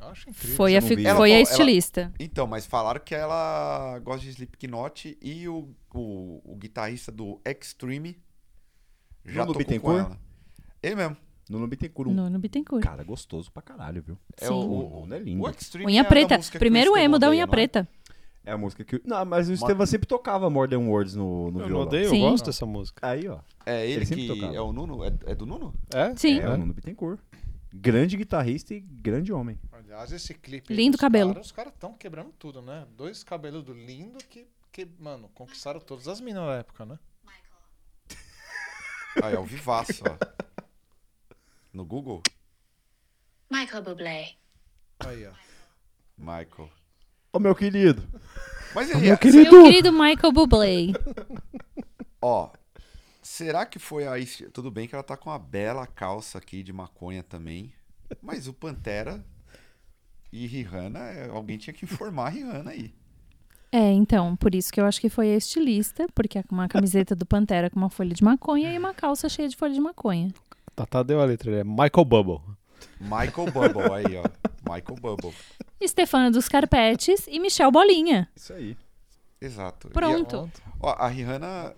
Eu acho incrível.
Foi a,
não
fi-
vi.
foi
Ela-
a
ela-
estilista.
Então, mas falaram que ela gosta de Slipknot e o, o, o guitarrista do Extreme já
Nuno
tocou com
Bittencourt?
ela. Ele mesmo.
No nome tem curu.
Nuno Bittencourt.
Cara, gostoso pra caralho, viu?
É
Sim.
o,
O
o,
Nuno é lindo.
o Extreme é
Unha
da
preta.
música que o
Primeiro
Estevão
emo da
odeia,
unha
não é?
preta.
É a música que. Não, mas o Estevam sempre tocava More Than Words
Eu
no, no
não
violão.
odeio,
Sim.
eu gosto dessa música.
Aí, ó.
É ele,
Ele sempre
que
tocava.
é o Nuno? É, é do Nuno?
É?
Sim.
É, o Nuno Bittencourt. Grande guitarrista e grande homem.
Aliás, esse clipe. aí
Lindo
dos
cabelo.
caras, os caras estão quebrando tudo, né? Dois cabeludos lindos que, que, mano, conquistaram todas as minas na época, né?
Ah, é o Vivaço, ó. No Google?
Michael Bublé.
Aí, ó.
Michael.
Ô, meu querido.
Mas
Ô,
ele, é
meu
Meu
querido.
querido Michael Bublé.
ó, será que foi a... Ice- Tudo bem que ela tá com uma bela calça aqui de maconha também, mas o Pantera e Rihanna, é, alguém tinha que informar a Rihanna aí.
É, então, por isso que eu acho que foi a estilista, porque é uma camiseta do Pantera com uma folha de maconha e uma calça cheia de folha de maconha.
Tata deu a letra, ele é Michael Bubble.
Michael Bubble aí, ó. Michael Bubble.
Stefano dos Carpetes e Michel Bolinha.
Isso aí.
Exato. E a-
Pronto.
ó, a Rihanna...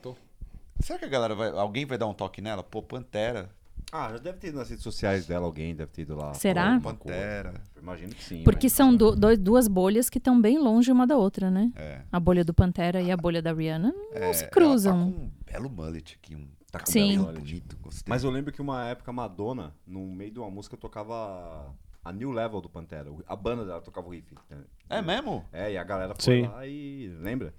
Será que a galera vai. Alguém vai dar um toque nela? Pô, Pantera.
Ah, já deve ter ido nas redes sociais dela alguém, deve ter ido lá.
Será?
falar alguma
Pantera.
coisa. Imagino que sim. né?
Porque
mas-
são do- dois- duas bolhas que estão bem longe uma da outra, né?
É.
A bolha do Pantera e a bolha da Rihanna não
é,
se cruzam.
ela tá com um belo mullet aqui, um tá com um
Sim.
cabelo bonito, gostei.
Mas eu lembro que uma época a Madonna, no meio de uma música, tocava a New Level do Pantera. O- A banda dela tocava o riff. né?
É mesmo?
É, e a galera foi
Sim.
lá e. Lembra?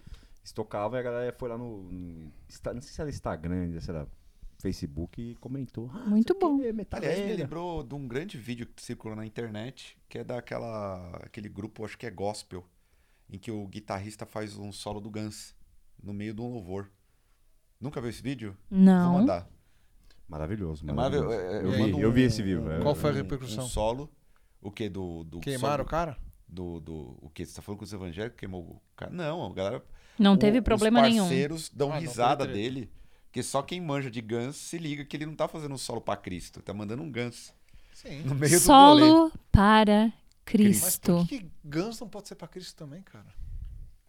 Estocava e a galera foi lá no. no Insta- não sei se era Instagram, ainda, se era Facebook e comentou. "Ah,
Muito
isso
bom.
aqui é
Tá
metaleira."
Aliás, me lembrou de um grande vídeo que circula na internet, que é daquela aquele grupo, acho que é gospel, em que o guitarrista faz um solo do Guns no meio de um louvor. Nunca viu esse vídeo? Vou
Não.
mandar. Um
Maravilhoso,
É
maravilhoso.
maravilhoso. é, é,
Eu,
mando
vi, eu vi esse vídeo. é.
Qual foi a
um-
repercussão?
Um solo. O que? Do, do
Queimaram
solo-
o cara?
do, do O que? Você tá falando que os evangélicos queimou o cara? Não, a galera
Não
o-
teve problema
os
nenhum.
parceiros dão
Ah, não,
risada
foi treta.
dele. Porque só quem manja de Guns se liga que ele não tá fazendo um solo pra Cristo. Tá mandando um Guns
Sim.
no meio do rolê.
Solo para
Mas
Cristo.
por que que Guns não pode ser pra Cristo também, cara?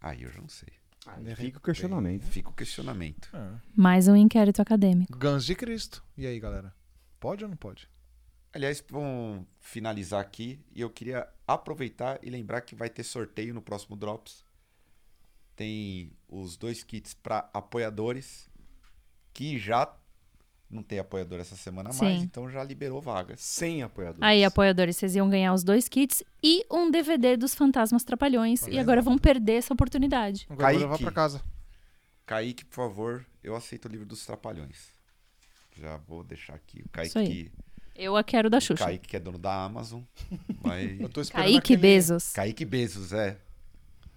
Aí eu já não sei.
Ah, Fica o questionamento.
Fica o questionamento.
É.
Mais um inquérito acadêmico.
Guns de Cristo. E aí, galera? Pode ou não pode?
Aliás, vamos finalizar aqui. E eu queria aproveitar e lembrar que vai ter sorteio no próximo Drops. Tem os dois kits para apoiadores, que já não tem apoiador essa semana a mais,
Sim.
então já liberou vagas.
Sem apoiadores.
Aí, apoiadores, vocês iam ganhar os dois kits e um DVD dos Fantasmas Trapalhões. E agora vão perder essa oportunidade.
Agora eu vou levar
Kaique.
pra casa.
Kaique, por favor, eu aceito o livro dos Trapalhões. Já vou deixar aqui. O Kaique,
Isso aí. Eu a quero da
que, o
Xuxa.
Kaique que é dono da Amazon. Vai...
Eu tô esperando
Kaique
aquele-
Bezos.
Kaique Bezos, é.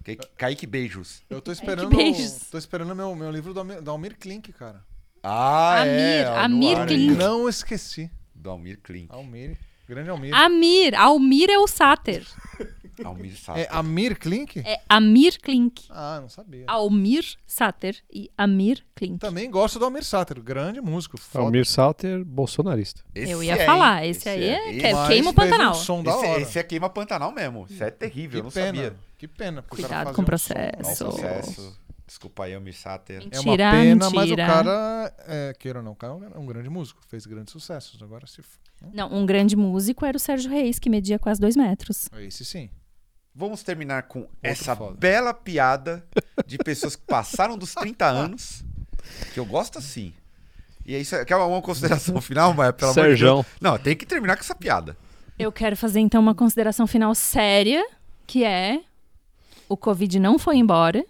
Kaique, Kaique Beijos.
Eu tô esperando.
beijos.
Tô esperando meu, meu livro do Almir, do Almir Klink, cara.
Ah, é.
Amir,
ó, no
Amir
ar
Klink.
ainda.
Não esqueci.
Do Almir Klink.
Almir. Grande Almir.
Ah. Amir. Almir é o Sáter.
Almir Sato.
É Amir Klink?
É Amir Klink.
Ah, não sabia.
Almir Sáter e Amir Klink.
Também gosto do Almir Sater, grande músico. Foda.
Almir Salter, bolsonarista.
Eu
Esse
ia
é, hein?
falar. Esse, aí é, que-
Mas
queima o
teve
Pantanal.
Um som da
Esse,
hora.
esse é queima Pantanal mesmo. Isso é terrível, eu não
que pena.
sabia.
Que pena. porque o cara
Cuidado
fazia
com o
um som-
Nossa,
processo.
sucesso. Desculpa aí, Almir Sater.
É uma
Mentira,
pena, mas o
mentira.
cara, é, queira ou não, o cara é um grande músico, fez grandes sucessos. Agora se. f-
Não, um grande músico era o Sérgio Reis, que media quase dois metros.
Esse sim.
Vamos terminar com essa
foda.
bela piada de pessoas que passaram dos 30 anos, que eu gosto assim. E é isso. aí. Quer uma consideração final, Maia? Pelo amor de
Serjão.
Deus. Não, tem que terminar com essa piada.
Eu quero fazer então uma consideração final séria, que é o Covid não foi embora.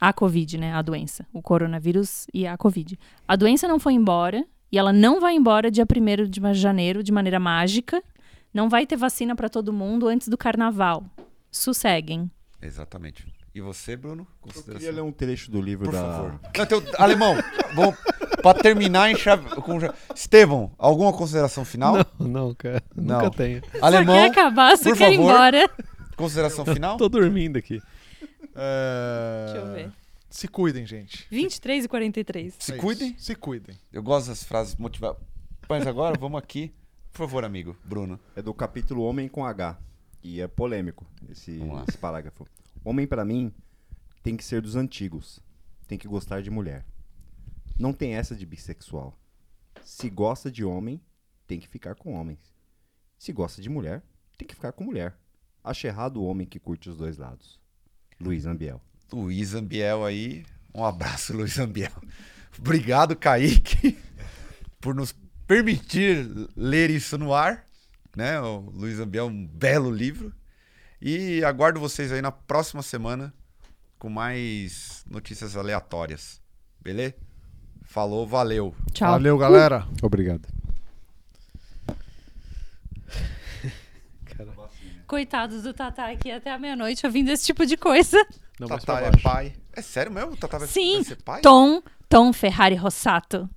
A Covid, né? A doença. O coronavírus e a Covid. A doença não foi embora e ela não vai embora dia 1 de janeiro de maneira mágica. Não vai ter vacina para todo mundo antes do carnaval. Sosseguem.
Exatamente. E você, Bruno?
Eu
Consideração.
queria ler um trecho do livro
Por
da.
favor. Não, tem o- alemão, vou, pra terminar em chave. Com... chave- Estevão, alguma consideração final?
Não, não, cara.
Não.
Nunca tenho.
só
Alemão,
quer acabar, só
por
quer ir
favor.
embora.
consideração final?
Tô dormindo aqui.
É,
Deixa eu ver.
Se cuidem, gente.
23 e 43.
Se
É
cuidem.
isso. Se cuidem.
Eu gosto das frases motivadas. Mas agora vamos aqui. Por favor, amigo, Bruno.
É do capítulo Homem com H. E é polêmico esse,
Vamos lá.
esse parágrafo. Homem, pra mim, tem que ser dos antigos. Tem que gostar de mulher. Não tem essa de bissexual. Se gosta de homem, tem que ficar com homens. Se gosta de mulher, tem que ficar com mulher. Acho errado o homem que curte os dois lados. Luiz Ambiel.
Luiz Ambiel aí. Um abraço, Luiz Ambiel. Obrigado, Kaique, por nos permitir ler isso no ar. Né? O Luiz Ambiel é um belo livro. E aguardo vocês aí na próxima semana com mais notícias aleatórias. Beleza? Falou, valeu.
Tchau.
Valeu, galera.
Obrigado.
Coitados do Tatá aqui até a meia-noite ouvindo esse tipo de coisa.
Não, mais Então pra
Tatá é
baixo.
pai. É sério mesmo? O Tatá vai,
Sim,
vai ser pai?
Tom, Tom Ferrari Rossato.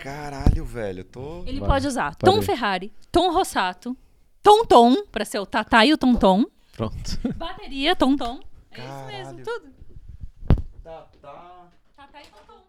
Caralho, velho. eu Tô...
Ele
Vai,
pode usar
pode
Tom
ir.
Ferrari, Tom Rossato, Tom Tom, pra ser o Tatá e o Tom Tom,
Pronto.
bateria Tom Tom. É isso
Caralho.
mesmo, tudo. Tatá e Tom Tom.